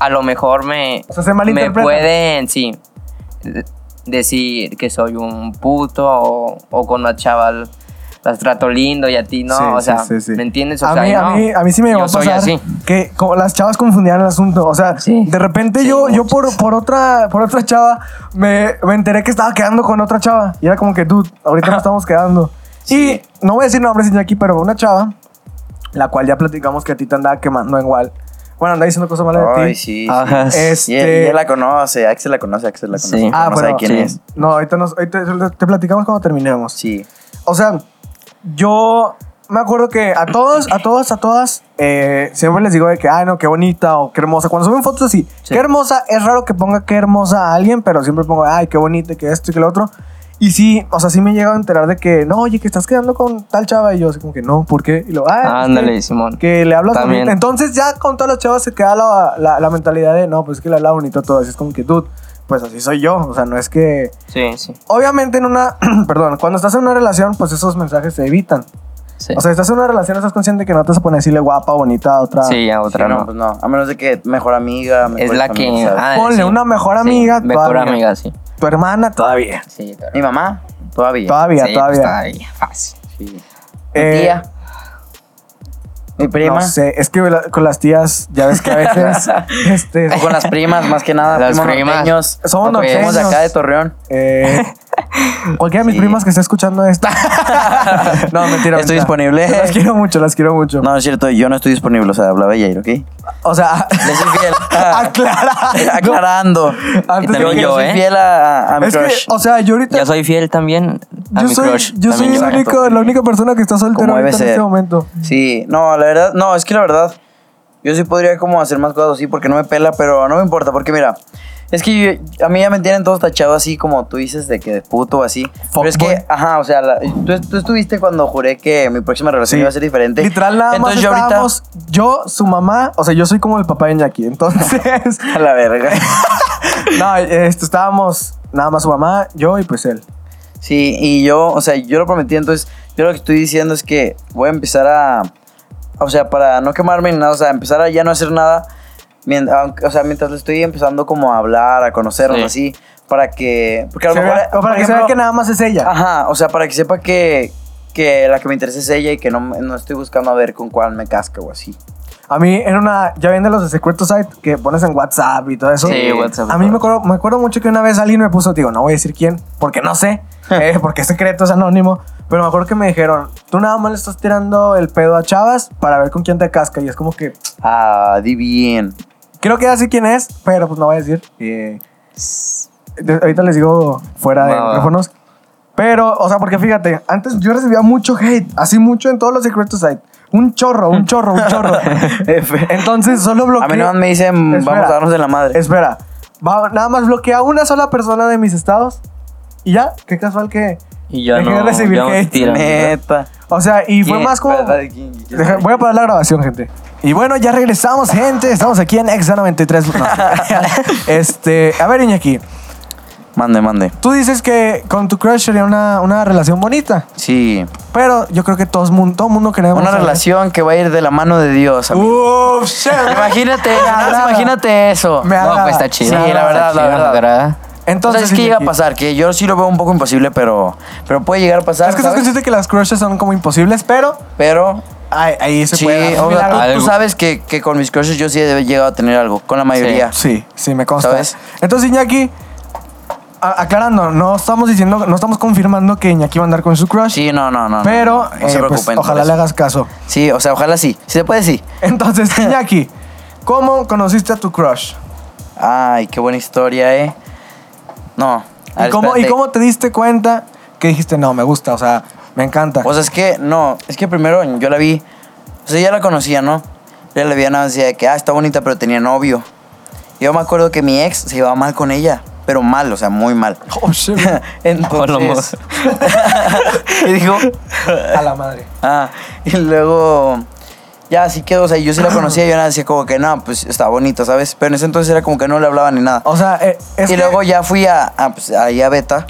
Speaker 4: a lo mejor me,
Speaker 2: O sea, se
Speaker 4: me
Speaker 2: malinterpreta.
Speaker 4: pueden, sí, de- decir que soy un puto o, o con la chava l- las trato lindo y a ti no,
Speaker 2: Sí,
Speaker 4: o
Speaker 2: sí,
Speaker 4: sea,
Speaker 2: sí, sí.
Speaker 4: ¿me entiendes? O
Speaker 2: A
Speaker 4: sea,
Speaker 2: mí,
Speaker 4: y
Speaker 2: a,
Speaker 4: no,
Speaker 2: mí, a mí sí me llegó
Speaker 4: yo
Speaker 2: a
Speaker 4: soy
Speaker 2: pasar
Speaker 4: así.
Speaker 2: que como las chavas confundían el asunto. O sea,
Speaker 4: Sí.
Speaker 2: de repente
Speaker 4: Sí,
Speaker 2: yo, yo
Speaker 4: muchas.
Speaker 2: por, por, otra, por otra chava me, me enteré que estaba quedando con otra chava. Y era como que, dude, ahorita nos estamos quedando.
Speaker 3: Sí.
Speaker 2: Y no voy a decir nombres ni aquí, pero una chava, la cual ya platicamos que a ti te andaba quemando igual. Bueno, andaba diciendo cosas malas de
Speaker 3: Ay,
Speaker 2: ti.
Speaker 3: sí.
Speaker 4: Ajá.
Speaker 3: sí.
Speaker 2: Este-
Speaker 3: Y él, y él la conoce, Axel la conoce, Axel la
Speaker 4: Sí.
Speaker 3: conoce. pero
Speaker 2: Ah,
Speaker 3: no
Speaker 2: bueno,
Speaker 3: sabe quién
Speaker 2: sí.
Speaker 3: es.
Speaker 2: No, ahorita, nos, ahorita te platicamos cuando terminemos.
Speaker 3: Sí.
Speaker 2: O sea, yo me acuerdo que a todos, a todos, a todas, eh, siempre les digo de que, ay, no, qué bonita o qué hermosa. Cuando suben fotos así,
Speaker 4: Sí.
Speaker 2: qué hermosa, es raro que ponga qué hermosa a alguien, pero siempre pongo, ay, qué bonita, que esto y que lo otro. Y sí, o sea, sí me he llegado a enterar de que, no, oye, que estás quedando con tal chava. Y yo así como que, no, ¿por qué? Y lo, ay, Ah, es
Speaker 4: Ándale,
Speaker 2: que-
Speaker 4: Simón.
Speaker 2: Que le hablas
Speaker 4: También.
Speaker 2: bonito. Entonces ya con todas las chavas se queda la, la- la mentalidad de, no, pues es que le habla bonito a todas. Es como que, dude, pues así soy yo. O sea, no es que...
Speaker 4: Sí, sí,
Speaker 2: Obviamente en una, <clears throat> perdón, cuando estás en una relación, pues esos mensajes se evitan.
Speaker 4: sí.
Speaker 2: O sea, estás en una relación, estás consciente que no te vas a poner a decirle guapa, bonita a otra.
Speaker 4: Sí, a otra
Speaker 3: Sí,
Speaker 4: no.
Speaker 3: no, pues no. A menos de que mejor amiga, mejor
Speaker 4: es la que...
Speaker 3: familia, ¿sabes?
Speaker 4: ah,
Speaker 2: Ponle
Speaker 4: sí.
Speaker 2: una mejor
Speaker 4: Sí,
Speaker 2: amiga,
Speaker 4: mejor
Speaker 2: todavía.
Speaker 4: amiga, sí.
Speaker 2: Tu hermana todavía.
Speaker 4: Sí, claro.
Speaker 3: Mi mamá, todavía.
Speaker 2: Todavía,
Speaker 4: Sí, pues,
Speaker 2: todavía.
Speaker 4: todavía, fácil.
Speaker 3: Sí.
Speaker 2: Eh,
Speaker 3: Mi tía. Mi prima.
Speaker 2: No sé, es que la- con las tías, ya ves que a
Speaker 4: <laughs>
Speaker 2: veces. este,
Speaker 3: O con <laughs> las primas, más que nada.
Speaker 4: Las
Speaker 3: primos
Speaker 4: primas.
Speaker 3: norteños.
Speaker 2: Somos
Speaker 3: No, pues, Somos de
Speaker 2: norteños.
Speaker 3: acá de <laughs> Torreón.
Speaker 2: eh, cualquiera de mis
Speaker 3: Sí.
Speaker 2: primas que esté escuchando
Speaker 4: <laughs>
Speaker 2: esto. no, mentira.
Speaker 3: Estoy
Speaker 2: mentira.
Speaker 3: disponible.
Speaker 2: Las quiero mucho, las quiero mucho.
Speaker 3: No, es cierto, yo no estoy disponible, o sea, hablaba Yair, ¿ok? Le
Speaker 2: O sea,
Speaker 3: soy <laughs> fiel.
Speaker 2: aclara.
Speaker 3: <laughs> Aclarando.
Speaker 2: Antes
Speaker 3: y
Speaker 2: de
Speaker 3: también
Speaker 2: que-
Speaker 3: yo, ¿eh? soy fiel a, a mi
Speaker 2: Es que,
Speaker 3: crush.
Speaker 2: o sea, yo ahorita.
Speaker 4: Yo soy fiel también a
Speaker 2: yo
Speaker 4: mi
Speaker 2: soy,
Speaker 4: crush.
Speaker 2: yo soy
Speaker 3: también
Speaker 2: el
Speaker 3: yo.
Speaker 2: único, la única persona que está soltera
Speaker 3: Como debe
Speaker 2: ahorita en
Speaker 3: ser.
Speaker 2: este momento.
Speaker 3: Sí, no, la verdad, no, es que la verdad, yo sí podría como hacer más cosas así porque no me pela, pero no me importa, porque mira, es que yo- a mí ya me tienen todos tachados así como tú dices de que de puto o así. pero es
Speaker 2: Fuckboy.
Speaker 3: que, ajá, o sea, la- tú, tú estuviste cuando juré que mi próxima relación
Speaker 2: Sí.
Speaker 3: iba a ser diferente.
Speaker 2: Literal, nada más
Speaker 3: Entonces yo ahorita...
Speaker 2: estábamos yo, su mamá, o sea, yo soy como el papá de Iñaki.
Speaker 3: <laughs>
Speaker 2: Entonces,
Speaker 3: A
Speaker 2: <laughs>
Speaker 3: la verga.
Speaker 2: no, esto, estábamos nada más su mamá, yo y pues él.
Speaker 3: Sí, y yo, o sea, yo lo prometí, entonces yo lo que estoy diciendo es que voy a empezar a, o sea, para no quemarme ni nada, o sea, empezar a ya no hacer nada, mien- aunque- o sea, mientras le estoy empezando como a hablar, a conocernos
Speaker 4: Sí.
Speaker 3: así, para que, porque a lo
Speaker 2: Se
Speaker 3: mejor...
Speaker 2: vea- o
Speaker 3: por
Speaker 2: para que se vea
Speaker 3: ejemplo,
Speaker 2: que nada más es ella.
Speaker 3: Ajá, o sea, para que sepa que, que la que me interesa es ella y que no, no estoy buscando a ver con cuál me casca o así.
Speaker 2: A mí era una. Ya vienen los de Secret Site que pones en WhatsApp y todo eso.
Speaker 4: Sí, WhatsApp.
Speaker 2: A mí me acuerdo, me acuerdo mucho que una vez alguien me puso, digo, no voy a decir quién, porque no sé, eh, porque es secreto, es anónimo. Pero me acuerdo que me dijeron, tú nada más le estás tirando el pedo a Chavas para ver con quién te casca. Y es como que,
Speaker 3: Ah, di bien.
Speaker 2: creo que ya sé quién es, pero pues no voy a decir. Eh, de- ahorita les digo fuera de
Speaker 4: Va, va.
Speaker 2: micrófonos. Pero, o sea, porque fíjate, antes yo recibía mucho hate, así mucho en todos los Secret Site. Un chorro, un chorro, un chorro.
Speaker 3: <laughs>
Speaker 2: Entonces solo bloqueé.
Speaker 3: A mí nomás me dicen, vamos
Speaker 2: Espera.
Speaker 3: a darnos de la madre.
Speaker 2: Espera, va- nada más bloquea a una sola persona de mis estados y ya, qué casual que.
Speaker 4: Y ya
Speaker 2: Dejé
Speaker 4: no.
Speaker 2: de recibir
Speaker 4: ya no
Speaker 2: hate.
Speaker 4: tiran, ¿verdad?
Speaker 3: Neta.
Speaker 2: O sea, y fue
Speaker 4: ¿Quién?
Speaker 2: más como.
Speaker 3: Va, va, ¿quién? ¿quién?
Speaker 2: Deja- voy a parar la grabación, gente. Y bueno, ya regresamos, gente. Estamos aquí en Exa 93.
Speaker 3: <laughs>
Speaker 2: No. <laughs> este, a ver, Iñaki,
Speaker 3: Mande, mande.
Speaker 2: tú dices que con tu crush sería una, una relación bonita,
Speaker 3: Sí.
Speaker 2: pero yo creo que todo mundo, todo mundo queremos.
Speaker 3: Una
Speaker 2: saber-
Speaker 3: relación que va a ir de la mano de Dios, amigo.
Speaker 2: Uf,
Speaker 3: <laughs>
Speaker 2: shit.
Speaker 3: Imagínate,
Speaker 2: Uh. Me
Speaker 3: nada más
Speaker 2: agrada.
Speaker 3: imagínate eso.
Speaker 2: Me agrada.
Speaker 4: No, pues está chido.
Speaker 3: Sí, la
Speaker 4: Está
Speaker 3: verdad, la
Speaker 4: chido,
Speaker 3: verdad.
Speaker 4: me agrada.
Speaker 2: Entonces,
Speaker 3: Entonces, ¿qué llega a
Speaker 2: Iñaki,
Speaker 3: pasar? Que yo sí lo veo un poco imposible, pero, pero puede llegar a pasar.
Speaker 2: Es que estás
Speaker 3: ¿sabes?
Speaker 2: consciente que las crushes son como imposibles, pero
Speaker 3: Pero
Speaker 2: ahí, ahí se
Speaker 3: sí,
Speaker 2: puede. dar un
Speaker 3: o sea,
Speaker 2: milagro.
Speaker 3: tú- tú,
Speaker 4: Algo.
Speaker 3: sabes que, que con mis crushes yo sí he llegado a tener algo, con la mayoría.
Speaker 2: Sí, sí, me consta.
Speaker 3: ¿Sabes?
Speaker 2: Entonces, Iñaki, a- aclarando, no estamos diciendo, no estamos confirmando que Iñaki va a andar con su crush.
Speaker 3: Sí, no, no, no. no,
Speaker 2: Pero,
Speaker 3: no, no
Speaker 2: eh,
Speaker 3: se
Speaker 2: pues,
Speaker 3: preocupen. por
Speaker 2: ojalá
Speaker 3: eso.
Speaker 2: le hagas caso.
Speaker 3: Sí, o sea, ojalá sí. Si se puede, sí. <laughs>
Speaker 2: Entonces, Iñaki, ¿cómo conociste a tu crush?
Speaker 3: Ay, qué buena historia, ¿eh? No. a
Speaker 2: ¿Y
Speaker 3: ver,
Speaker 2: cómo, ¿Y
Speaker 3: Ah, espérate.
Speaker 2: cómo te diste cuenta que dijiste, no, me gusta, o sea, me encanta?
Speaker 3: O sea, es que, no, es que primero yo la vi, o sea, ya la conocía, ¿no? Yo la vi nada más decía de que, ah, está bonita, pero tenía novio. Yo me acuerdo que mi ex se llevaba mal con ella, pero mal, o sea, muy mal.
Speaker 2: <laughs>
Speaker 3: <laughs>
Speaker 2: Oh, shit,
Speaker 3: eh, Entonces, <laughs> y dijo,
Speaker 2: a la madre.
Speaker 3: ah, y luego, ya así quedó, o sea, yo sí la conocía, yo nada decía como que, no, pues está bonita, ¿sabes? Pero en ese entonces era como que no le hablaba ni nada.
Speaker 2: O sea, eh, es
Speaker 3: y
Speaker 2: que-
Speaker 3: luego ya fui a, a, pues, ahí a Beta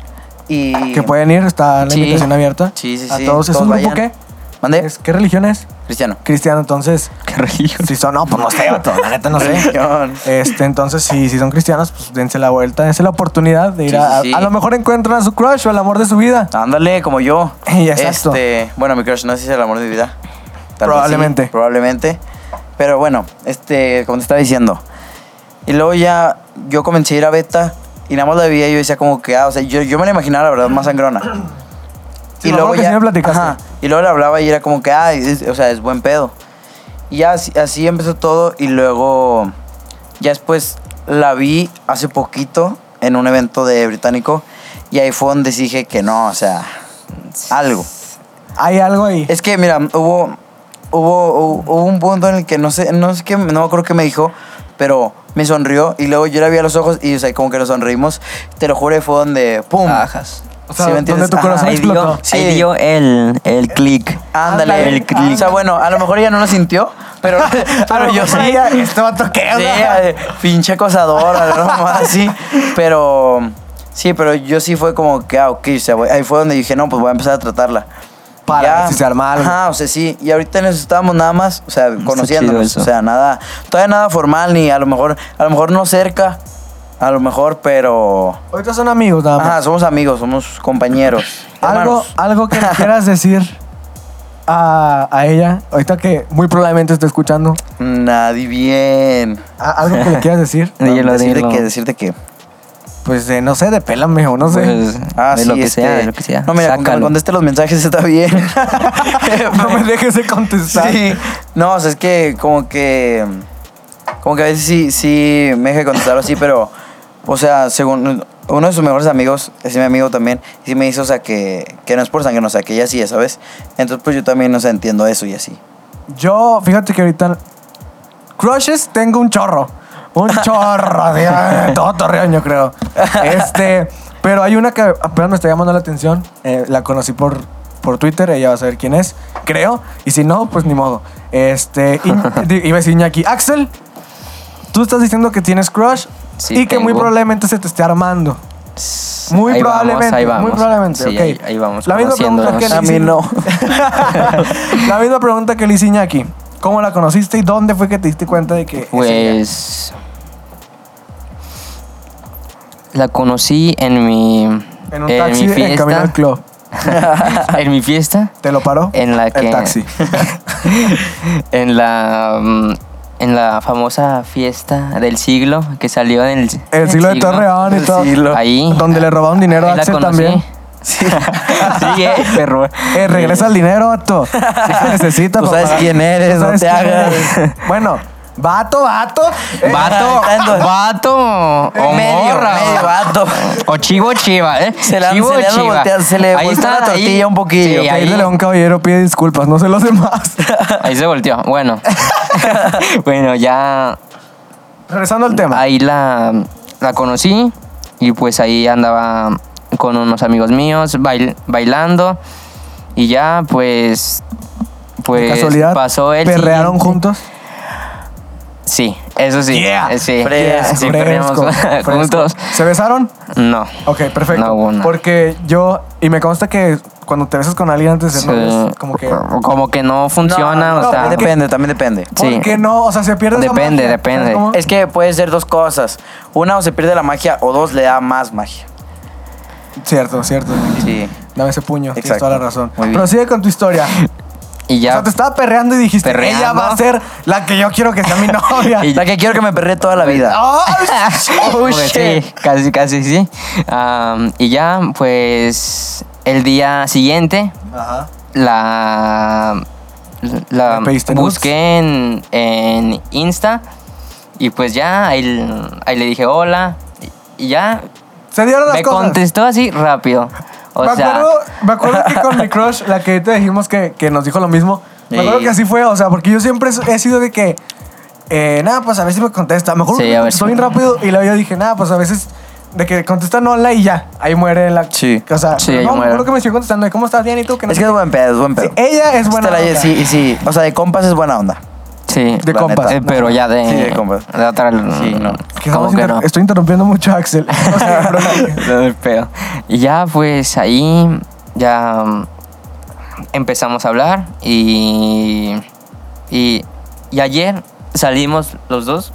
Speaker 3: y...
Speaker 2: que pueden ir, está la
Speaker 3: Sí.
Speaker 2: invitación abierta.
Speaker 3: Sí, sí,
Speaker 2: A
Speaker 3: sí,
Speaker 2: todos. ¿Es
Speaker 3: todos
Speaker 2: un grupo
Speaker 3: vayan.
Speaker 2: qué?
Speaker 3: ¿Mandé?
Speaker 2: Es- ¿Qué religión es?
Speaker 3: Cristiano.
Speaker 2: Cristiano,
Speaker 3: <laughs>
Speaker 2: entonces.
Speaker 4: Qué religión.
Speaker 2: Si son, no, pues no sé, vato, la neta no sé.
Speaker 3: Religión.
Speaker 2: Este, entonces, si, si son cristianos, pues dense la vuelta, dense la oportunidad de ir
Speaker 3: Sí,
Speaker 2: a,
Speaker 3: sí, sí.
Speaker 2: a lo mejor encuentran a su crush o al amor de su vida.
Speaker 3: Ándale, como yo.
Speaker 2: <laughs> Ya, exacto.
Speaker 3: Este, bueno, mi crush no sé si es el amor de mi vida. Tal vez sí,
Speaker 2: Probablemente.
Speaker 3: probablemente. Pero bueno, este, como te estaba diciendo. Y luego ya yo comencé a ir a beta y nada más la veía y yo decía como que, ah, o sea, yo, yo me la imaginaba la verdad más sangrona.
Speaker 2: Sí, me acuerdo que sí me platicaste.
Speaker 3: y luego le hablaba y era como que, ah, es- o sea, es buen pedo. Y ya así, así empezó todo y luego ya después la vi hace poquito en un evento de británico y ahí fue donde sí dije que no, o sea, algo.
Speaker 2: Hay algo ahí.
Speaker 3: Es que mira, hubo hubo hubo un punto en el que no sé no sé qué no me acuerdo qué me dijo, pero me sonrió y luego yo la vi a los ojos y o sea, como que nos sonreímos. Te lo juro, fue donde pum.
Speaker 4: Ajas.
Speaker 2: O sea,
Speaker 3: ¿sí me
Speaker 2: donde
Speaker 3: entiendes?
Speaker 2: tu corazón
Speaker 3: Ajá, y dio-
Speaker 2: explotó.
Speaker 3: sí,
Speaker 5: Ahí dio el, el click.
Speaker 3: Ándale,
Speaker 2: Ándale.
Speaker 3: el clic. O sea, bueno, a lo mejor ella no lo sintió,
Speaker 2: <laughs>
Speaker 3: pero, pero yo sí.
Speaker 2: Este vato que.
Speaker 3: Sí, eh, pinche acosador, algo <laughs> más así. Pero sí, pero yo sí fue como que, ah, ok, o sea, güey, ahí fue donde dije, no, pues voy a empezar a tratarla.
Speaker 2: Para ver si se arma algo.
Speaker 3: Ajá, o sea, sí. Y ahorita nos estábamos nada más, o sea, conociéndonos.
Speaker 5: chido eso.
Speaker 3: O sea, nada, todavía nada formal, ni a lo mejor, a lo mejor no cerca, a lo mejor, pero.
Speaker 2: Ahorita son amigos nada
Speaker 3: Ajá,
Speaker 2: más.
Speaker 3: somos amigos, somos compañeros.
Speaker 2: algo,
Speaker 3: hermanos.
Speaker 2: algo que le <laughs> quieras decir a, a ella, ahorita que muy probablemente esté escuchando,
Speaker 3: Nadie bien.
Speaker 2: a- algo que le quieras decir,
Speaker 5: Dilo,
Speaker 3: decirte
Speaker 5: dilo.
Speaker 3: que, decirte que.
Speaker 2: pues eh, no sé, depélame o no sé.
Speaker 5: Pues,
Speaker 3: Ah,
Speaker 5: de
Speaker 3: sí,
Speaker 5: lo que
Speaker 3: este,
Speaker 5: sea, de lo que sea.
Speaker 3: No, mira, con que me
Speaker 5: Sácalo.
Speaker 3: conteste los mensajes está bien. <laughs>
Speaker 2: Pues, <laughs> no me dejes de contestar.
Speaker 3: Sí. No, o sea, es que como que. Como que a veces sí, sí me deja de contestar o así, pero. O sea, según. Uno de sus mejores amigos, es mi amigo también, y sí me dice, o sea, que, que no es por sangre, o sea, que ella sí es, ¿sabes? Entonces, pues yo también, o sea, entiendo eso y así.
Speaker 2: Yo, fíjate que ahorita. Crushes tengo un chorro. Un chorro,
Speaker 4: <laughs>
Speaker 2: de todo Torreón, yo creo. Este. Pero hay una que apenas me está llamando la atención. Eh, la conocí por, por Twitter, ella va a saber quién es, creo. Y si no, pues ni modo. Este.
Speaker 4: <laughs>
Speaker 2: Iñ- di- iba a decir Iñaki. Axel, tú estás diciendo que tienes crush
Speaker 4: Sí,
Speaker 2: y que muy
Speaker 4: tengo.
Speaker 2: probablemente se te esté armando. Muy
Speaker 4: Ahí vamos,
Speaker 2: probablemente.
Speaker 4: ahí vamos.
Speaker 2: Muy probablemente.
Speaker 4: Sí,
Speaker 2: ok.
Speaker 4: ahí- ahí vamos,
Speaker 2: La misma pregunta que le
Speaker 3: A
Speaker 4: conociéndonos.
Speaker 2: hice-
Speaker 3: mí no.
Speaker 2: <laughs> la misma pregunta que le hice a Iñaki. ¿Cómo la conociste y dónde fue que te diste cuenta de que... es ella?
Speaker 4: Pues. La conocí en mi.
Speaker 2: En un taxi en camino al club.
Speaker 4: <laughs> en mi fiesta.
Speaker 2: ¿Te lo paró?
Speaker 4: <laughs> En la que.
Speaker 2: El taxi.
Speaker 4: en la. mm, en la famosa fiesta del siglo que salió en el...
Speaker 2: El siglo de Torreón y
Speaker 3: El
Speaker 2: todo.
Speaker 3: siglo.
Speaker 4: Ahí.
Speaker 2: Donde le robaron dinero a
Speaker 4: Ahí la
Speaker 2: Axel
Speaker 4: conocí.
Speaker 2: también.
Speaker 3: Sí.
Speaker 4: Sí, eh, perro.
Speaker 2: Eh, regresa el dinero, vato. Sí se necesita,
Speaker 3: Tú
Speaker 2: papá.
Speaker 3: sabes quién eres,
Speaker 2: Tú
Speaker 3: no
Speaker 2: sabes
Speaker 3: te
Speaker 2: quién
Speaker 3: hagas.
Speaker 2: eres. Bueno, vato, vato. Eh,
Speaker 4: Vato,
Speaker 3: Tanto.
Speaker 4: vato o
Speaker 3: medio,
Speaker 4: morra.
Speaker 3: medio vato.
Speaker 4: O chivo o chiva, ¿eh?
Speaker 3: Se la-
Speaker 4: chivo
Speaker 3: se
Speaker 4: o
Speaker 3: le han
Speaker 4: chiva.
Speaker 3: volteado- se le volteó la
Speaker 4: ahí.
Speaker 3: tortilla un poquillo.
Speaker 4: Sí,
Speaker 2: Jair
Speaker 4: ahí,
Speaker 2: de León Caballero pide disculpas, no sé los
Speaker 4: <laughs>
Speaker 2: demás.
Speaker 4: ahí se volteó.
Speaker 3: <laughs>
Speaker 4: Bueno. <laughs> bueno, ya
Speaker 2: Regresando al tema.
Speaker 4: ahí la, la conocí y pues ahí andaba con unos amigos míos bail- bailando y ya pues
Speaker 2: De
Speaker 4: pues
Speaker 2: casualidad.
Speaker 4: pasó el
Speaker 2: Perrearon
Speaker 4: siguiente-
Speaker 2: juntos.
Speaker 4: sí eso sí
Speaker 2: Yeah.
Speaker 4: eh, sí,
Speaker 3: Fresco.
Speaker 4: sí
Speaker 2: Fresco,
Speaker 4: <laughs> perreamos
Speaker 2: fresco.
Speaker 4: juntos
Speaker 2: ¿Se besaron?
Speaker 4: no
Speaker 2: Ok, perfecto.
Speaker 4: No hubo nada.
Speaker 2: Porque yo, y me consta que cuando te besas con alguien antes de
Speaker 4: Sí.
Speaker 2: novios, como que.
Speaker 4: como que no funciona
Speaker 2: no,
Speaker 4: o sea
Speaker 2: ¿por qué?
Speaker 3: Depende, también depende.
Speaker 2: ¿Por
Speaker 4: sí.
Speaker 2: qué no? O sea, se pierde esa
Speaker 4: Depende,
Speaker 2: magia.
Speaker 4: depende.
Speaker 2: ¿Sabes cómo?
Speaker 3: Es que puede ser dos cosas. Una, o se pierde la magia, o dos, le da más magia.
Speaker 2: Cierto, cierto.
Speaker 3: Sí.
Speaker 2: Dame ese puño, tienes
Speaker 3: Exacto.
Speaker 2: toda la razón.
Speaker 3: Muy bien.
Speaker 2: Prosigue con tu historia.
Speaker 4: y
Speaker 2: O
Speaker 4: ya
Speaker 2: sea, te estaba perreando y dijiste,
Speaker 4: Perreando.
Speaker 2: ella va a ser la que yo quiero que sea mi
Speaker 4: <laughs>
Speaker 2: novia.
Speaker 3: La que quiero que me perré toda la vida.
Speaker 2: ¡Oh,
Speaker 3: <laughs>
Speaker 4: Pues sí, casi, casi sí. Am, y ya, pues el día siguiente
Speaker 2: Ajá.
Speaker 4: la, la
Speaker 2: ¿Le pediste
Speaker 4: busqué en, en Insta y pues ya ahí, l- ahí le dije hola y y ya
Speaker 2: Se dieron las
Speaker 4: me
Speaker 2: cosas.
Speaker 4: contestó así rápido. O
Speaker 2: me,
Speaker 4: sea,
Speaker 2: acuerdo, me acuerdo que con
Speaker 4: <laughs>
Speaker 2: mi crush, la que te dijimos que, que nos dijo lo mismo, me
Speaker 4: Sí.
Speaker 2: acuerdo que así fue, o sea, porque yo siempre he sido de que, eh, nada, pues a ver si me contesta. Mejor
Speaker 4: Sí,
Speaker 2: me
Speaker 4: a ver
Speaker 2: contestó
Speaker 4: si-
Speaker 2: bien rápido y luego yo dije, nada, pues a veces de que contestan hola y ya, ahí muere la...
Speaker 3: Sí.
Speaker 2: O sea,
Speaker 4: Sí,
Speaker 2: no,
Speaker 4: ahí
Speaker 2: me
Speaker 4: muere.
Speaker 2: acuerdo que me siguió contestando, de, ¿cómo estás bien y tú? Que no
Speaker 3: Es
Speaker 2: sé
Speaker 3: que es buen pedo, es buen
Speaker 2: qué.
Speaker 3: pedo.
Speaker 2: Sí, ella es buena.
Speaker 3: Esta la-
Speaker 2: onda.
Speaker 3: sí, sí. O sea, de compas es buena onda.
Speaker 4: sí,
Speaker 2: de
Speaker 3: la
Speaker 2: compas.
Speaker 3: neta.
Speaker 4: eh, pero ya de,
Speaker 3: Sí, de compas.
Speaker 4: de otra.
Speaker 3: Sí, no.
Speaker 2: Que
Speaker 4: como
Speaker 2: estamos
Speaker 4: que
Speaker 2: inter-
Speaker 4: no.
Speaker 2: Estoy interrumpiendo mucho a Axel.
Speaker 4: <laughs>
Speaker 2: No sé, bro.
Speaker 4: Todo el pedo. Y ya, pues ahí ya mm, empezamos a hablar y, y, y ayer salimos los dos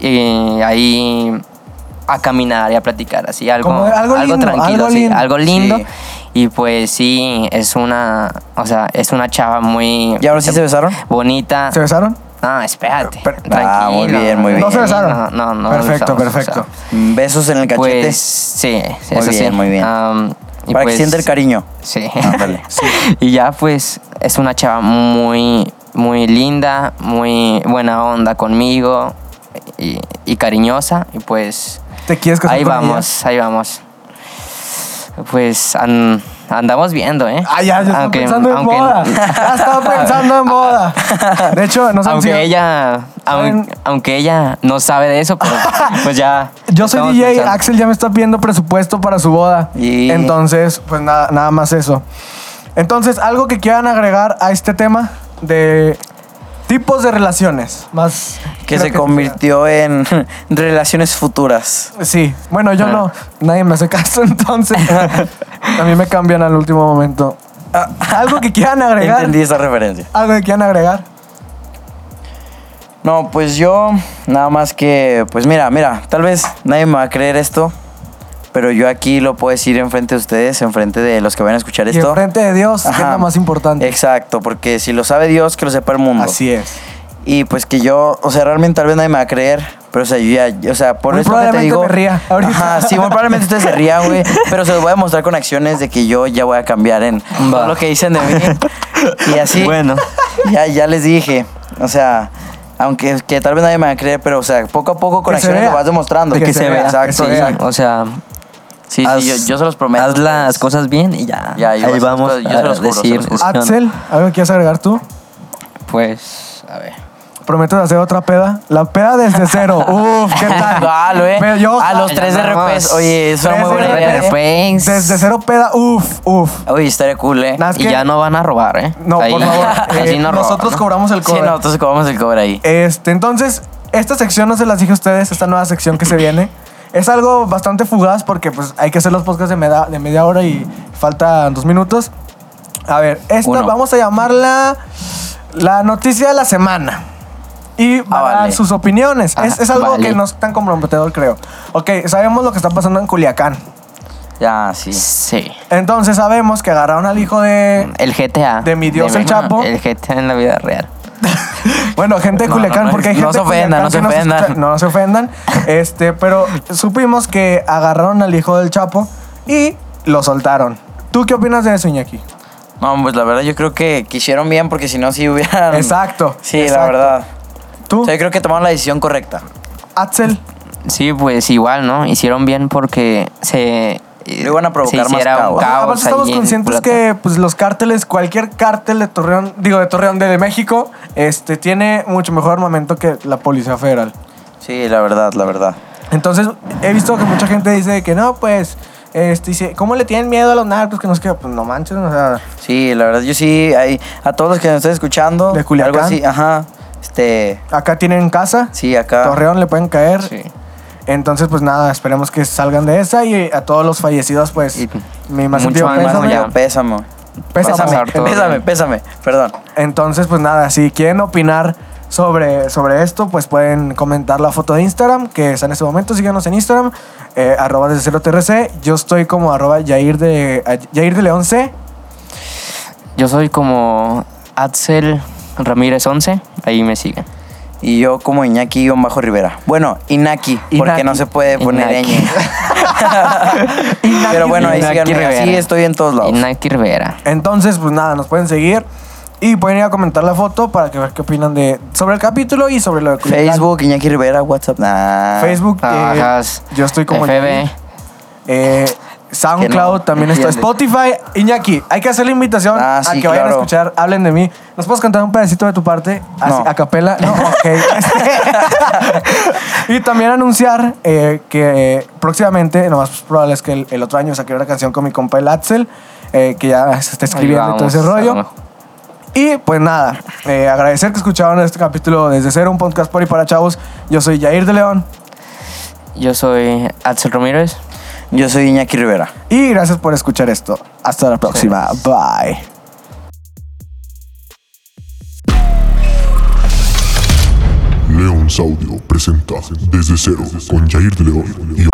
Speaker 4: y ahí a caminar y a platicar, así algo,
Speaker 2: Como algo lindo,
Speaker 4: tranquilo,
Speaker 2: algo
Speaker 4: sí,
Speaker 2: lindo.
Speaker 4: algo lindo.
Speaker 3: Sí.
Speaker 4: Y pues sí, es una, o sea, es una chava muy
Speaker 3: ¿Y ahora sí se besaron?
Speaker 4: bonita.
Speaker 2: ¿Se besaron?
Speaker 4: No, espérate.
Speaker 2: Per-
Speaker 4: tranquilo.
Speaker 3: Ah, muy bien, muy bien.
Speaker 2: No se besaron.
Speaker 4: No, no, no
Speaker 2: Perfecto,
Speaker 4: besamos, o sea,
Speaker 2: perfecto.
Speaker 3: Mm, Besos en el cachete.
Speaker 4: pues sí, sí,
Speaker 3: Muy
Speaker 4: eso
Speaker 3: bien,
Speaker 4: sí.
Speaker 3: muy bien.
Speaker 4: Am, y
Speaker 3: para
Speaker 4: pues,
Speaker 3: que sienta el cariño.
Speaker 4: <laughs> Sí.
Speaker 2: Ah,
Speaker 3: Ándale.
Speaker 4: y ya pues es una chava muy, muy linda, muy buena onda conmigo y, y cariñosa. Y pues
Speaker 2: ¿Te quieres casar
Speaker 4: ahí
Speaker 2: con
Speaker 4: vamos, ahí vamos. Pues an- andamos viendo, ¿eh?
Speaker 2: Ah, ya, ya
Speaker 4: Aunque-
Speaker 2: estaba pensando
Speaker 4: aunque-
Speaker 2: en
Speaker 4: <laughs>
Speaker 2: boda. <laughs> Ya estaba pensando en boda. De hecho, no sé
Speaker 4: aunque
Speaker 2: si-
Speaker 4: ella, aun-
Speaker 2: Saben-
Speaker 4: aunque ella no sabe de eso, pero pues ya.
Speaker 2: <laughs> Yo soy
Speaker 4: estamos
Speaker 2: DJ,
Speaker 4: pensando.
Speaker 2: Axel ya me está pidiendo presupuesto para su boda.
Speaker 3: Y-
Speaker 2: Entonces, pues nada, nada más eso. Entonces, algo que quieran agregar a este tema de tipos de relaciones. Más.
Speaker 3: Que
Speaker 2: creo
Speaker 3: se convirtió en <laughs> relaciones futuras.
Speaker 2: Sí, bueno, yo
Speaker 4: Ah.
Speaker 2: no. Nadie me hace caso, <laughs> entonces. a mí me cambian al último momento. Ah, algo que quieran agregar.
Speaker 3: Entendí esa referencia.
Speaker 2: Algo que quieran agregar.
Speaker 3: No, pues yo nada más que, pues mira, mira, tal vez nadie me va a creer esto, pero yo aquí lo puedo decir enfrente de ustedes, enfrente de los que van a escuchar
Speaker 2: Y
Speaker 3: esto.
Speaker 2: enfrente de Dios, que es
Speaker 3: Ajá.
Speaker 2: lo más importante.
Speaker 3: Exacto, porque si lo sabe Dios, que lo sepa el mundo.
Speaker 2: Así es.
Speaker 3: Y pues que yo, o sea, realmente tal vez nadie me va a creer, pero o sea, yo ya, o sea, por
Speaker 2: Muy
Speaker 3: eso que te
Speaker 2: probablemente
Speaker 3: digo.
Speaker 2: me ría ahorita.
Speaker 3: Ajá, sí, muy probablemente usted se ría, güey, pero se los voy a mostrar con acciones de que yo ya voy a cambiar en todo lo que dicen de mí. Y así.
Speaker 4: Bueno.
Speaker 3: Ya, ya les dije, o sea, aunque que tal vez nadie me va a creer, pero o sea, poco a poco con
Speaker 2: Que se
Speaker 3: acciones
Speaker 2: vea.
Speaker 3: lo vas demostrando.
Speaker 2: De que se vea,
Speaker 3: Exacto.
Speaker 2: que se
Speaker 3: sí.
Speaker 2: vea.
Speaker 4: O sea,
Speaker 3: Sí, sí,
Speaker 4: haz-
Speaker 3: yo, yo se los prometo. pues.
Speaker 4: Haz las cosas bien y ya.
Speaker 3: Ya, yo
Speaker 4: ahí
Speaker 3: se los-
Speaker 4: vamos
Speaker 3: yo se
Speaker 4: a
Speaker 3: los juro, se
Speaker 4: decir.
Speaker 3: los juro.
Speaker 2: Axel, ¿algo que quieras agregar tú?
Speaker 4: Pues, a ver.
Speaker 2: Prometo hacer otra peda. La peda
Speaker 3: <laughs>
Speaker 2: desde cero. Uf, ¿qué tal?
Speaker 3: Igual, güey.
Speaker 2: Pero yo-
Speaker 3: a los
Speaker 2: Ya
Speaker 3: tres RPs.
Speaker 4: andamos.
Speaker 3: Oye, eso es una muy
Speaker 2: Tres
Speaker 3: buena idea.
Speaker 2: RPs.
Speaker 3: ¿eh?
Speaker 4: Pues,
Speaker 2: Desde cero peda, uf, uf.
Speaker 3: Oye, estaría cool, ¿eh?
Speaker 2: Nada, es
Speaker 4: y
Speaker 2: que-
Speaker 4: ya no van a robar, ¿eh?
Speaker 2: No,
Speaker 4: Ahí-
Speaker 2: por <laughs>
Speaker 3: <laughs>
Speaker 2: favor.
Speaker 4: ahí
Speaker 2: eh,
Speaker 4: sí no roban,
Speaker 2: nosotros
Speaker 4: ¿no?
Speaker 2: cobramos el
Speaker 3: Sí,
Speaker 2: cover.
Speaker 3: no, entonces cobramos el cobre ahí.
Speaker 2: Este, entonces, esta sección no se las dije a ustedes, esta nueva sección que se viene. Es algo bastante fugaz porque pues hay que hacer los podcasts de, meda- de media hora y faltan dos minutos. A ver, esta
Speaker 3: Uno.
Speaker 2: vamos a llamarla la noticia de la semana. Y van a dar
Speaker 3: vale.
Speaker 2: sus opiniones.
Speaker 4: Ajá,
Speaker 2: es, es algo
Speaker 4: vale.
Speaker 2: que no es tan comprometedor, creo. Ok, sabemos lo que está pasando en Culiacán.
Speaker 3: Ya, sí.
Speaker 4: Sí.
Speaker 2: Entonces sabemos que
Speaker 4: Mm.
Speaker 2: agarraron al hijo de...
Speaker 4: El GTA.
Speaker 2: De mi Dios, el
Speaker 4: Chapo.
Speaker 2: Chapo.
Speaker 4: El GTA en la vida real.
Speaker 2: Bueno, gente de
Speaker 3: No,
Speaker 2: Culiacán,
Speaker 3: no, no,
Speaker 2: porque hay
Speaker 3: no
Speaker 2: gente
Speaker 3: se
Speaker 2: de Culiacán
Speaker 3: ofendan, no se
Speaker 2: que nos
Speaker 3: ofendan.
Speaker 2: escucha- No se ofendan. Este, pero supimos que agarraron al hijo del Chapo y lo soltaron. ¿Tú qué opinas de eso, Iñaki?
Speaker 3: No, pues la verdad yo creo que quisieron bien porque si no, sí hubieran...
Speaker 2: Exacto.
Speaker 3: Sí,
Speaker 2: exacto.
Speaker 3: la verdad.
Speaker 2: ¿Tú,
Speaker 3: O sea, yo creo que tomaron la decisión correcta.
Speaker 2: Axel?
Speaker 4: Sí, pues igual, ¿no? Hicieron bien porque se.
Speaker 3: Le iban a provocar
Speaker 4: se
Speaker 3: más
Speaker 4: hiciera
Speaker 3: caos.
Speaker 4: un
Speaker 2: Aparte,
Speaker 4: caos.
Speaker 2: estamos
Speaker 4: ahí en
Speaker 2: conscientes
Speaker 4: Plata.
Speaker 2: que pues, los cárteles, cualquier cártel de Torreón, digo de Torreón de México, este, tiene mucho mejor armamento que la Policía Federal.
Speaker 3: Sí, la verdad, la verdad.
Speaker 2: Entonces, he visto que mucha gente dice que no, pues, este, dice, ¿cómo le tienen miedo a los narcos? Que nos queda, pues no manches, o sea,
Speaker 3: Sí, la verdad yo sí, hay, a todos los que nos estén escuchando...
Speaker 2: ¿De Culiacán?
Speaker 3: Algo así, ajá. Este,
Speaker 2: acá tienen casa,
Speaker 3: sí, acá...
Speaker 2: Torreón le pueden caer.
Speaker 4: Sí.
Speaker 2: Entonces, pues nada, esperemos que salgan de esa y a todos los fallecidos, pues,
Speaker 3: Y
Speaker 2: mi más sentido
Speaker 4: mucho ánimo
Speaker 2: pésame.
Speaker 4: ya.
Speaker 3: Pésame.
Speaker 2: Pésame.
Speaker 4: Pasar todo
Speaker 3: pésame,
Speaker 4: bien.
Speaker 3: pésame. Perdón.
Speaker 2: Entonces, pues nada, si quieren opinar sobre, sobre esto, pues pueden comentar la foto de Instagram, que está en este momento. Síganos en Instagram, eh, arroba desde cero TRC. Yo estoy como arroba Yair de, a- Yair de León C.
Speaker 4: Yo soy como Axel Ramírez 11. Ahí me siguen.
Speaker 3: Y yo como Iñaki guión bajo Rivera. Bueno, Inaki,
Speaker 2: Inaki.
Speaker 3: porque no se puede poner
Speaker 4: Inaki. <laughs>
Speaker 3: ñ. Pero bueno, ahí
Speaker 4: Inaki
Speaker 3: síganme.
Speaker 4: Rivera.
Speaker 3: Así estoy en todos
Speaker 4: Y
Speaker 3: lados.
Speaker 4: Nike Rivera.
Speaker 2: Entonces, pues nada, nos pueden seguir y pueden ir a comentar la foto para que vean qué opinan de, sobre el capítulo y sobre lo de Culiacán.
Speaker 3: Facebook, Iñaki Rivera, WhatsApp. Nah.
Speaker 2: Facebook, eh,
Speaker 4: Trabajas.
Speaker 2: yo estoy como
Speaker 4: FB.
Speaker 2: Yair. Eh, SoundCloud
Speaker 3: Que no
Speaker 2: también está.
Speaker 3: entiendes.
Speaker 2: Spotify, Iñaki, hay que hacer la invitación
Speaker 3: Ah,
Speaker 2: a
Speaker 3: sí,
Speaker 2: que vayan a
Speaker 3: claro.
Speaker 2: escuchar, hablen de mí. ¿Nos puedes contar un pedacito de tu parte? Así,
Speaker 3: No.
Speaker 2: A capela. No, ok.
Speaker 3: <laughs>
Speaker 2: Este- y también anunciar eh, que próximamente, lo más probable es que el, el otro año saque una canción con mi compa el Axel, eh, que ya se está escribiendo y todo ese rollo. Y pues nada, eh, agradecer que escucharon este capítulo desde cero, un podcast por y para chavos. Yo soy Jair de León
Speaker 4: Yo soy Axel Ramírez.
Speaker 3: Yo soy Iñaki Rivera.
Speaker 2: y gracias por escuchar esto. Hasta la próxima. Bye.
Speaker 1: León Saudio presenta Desde Cero con Jair de León y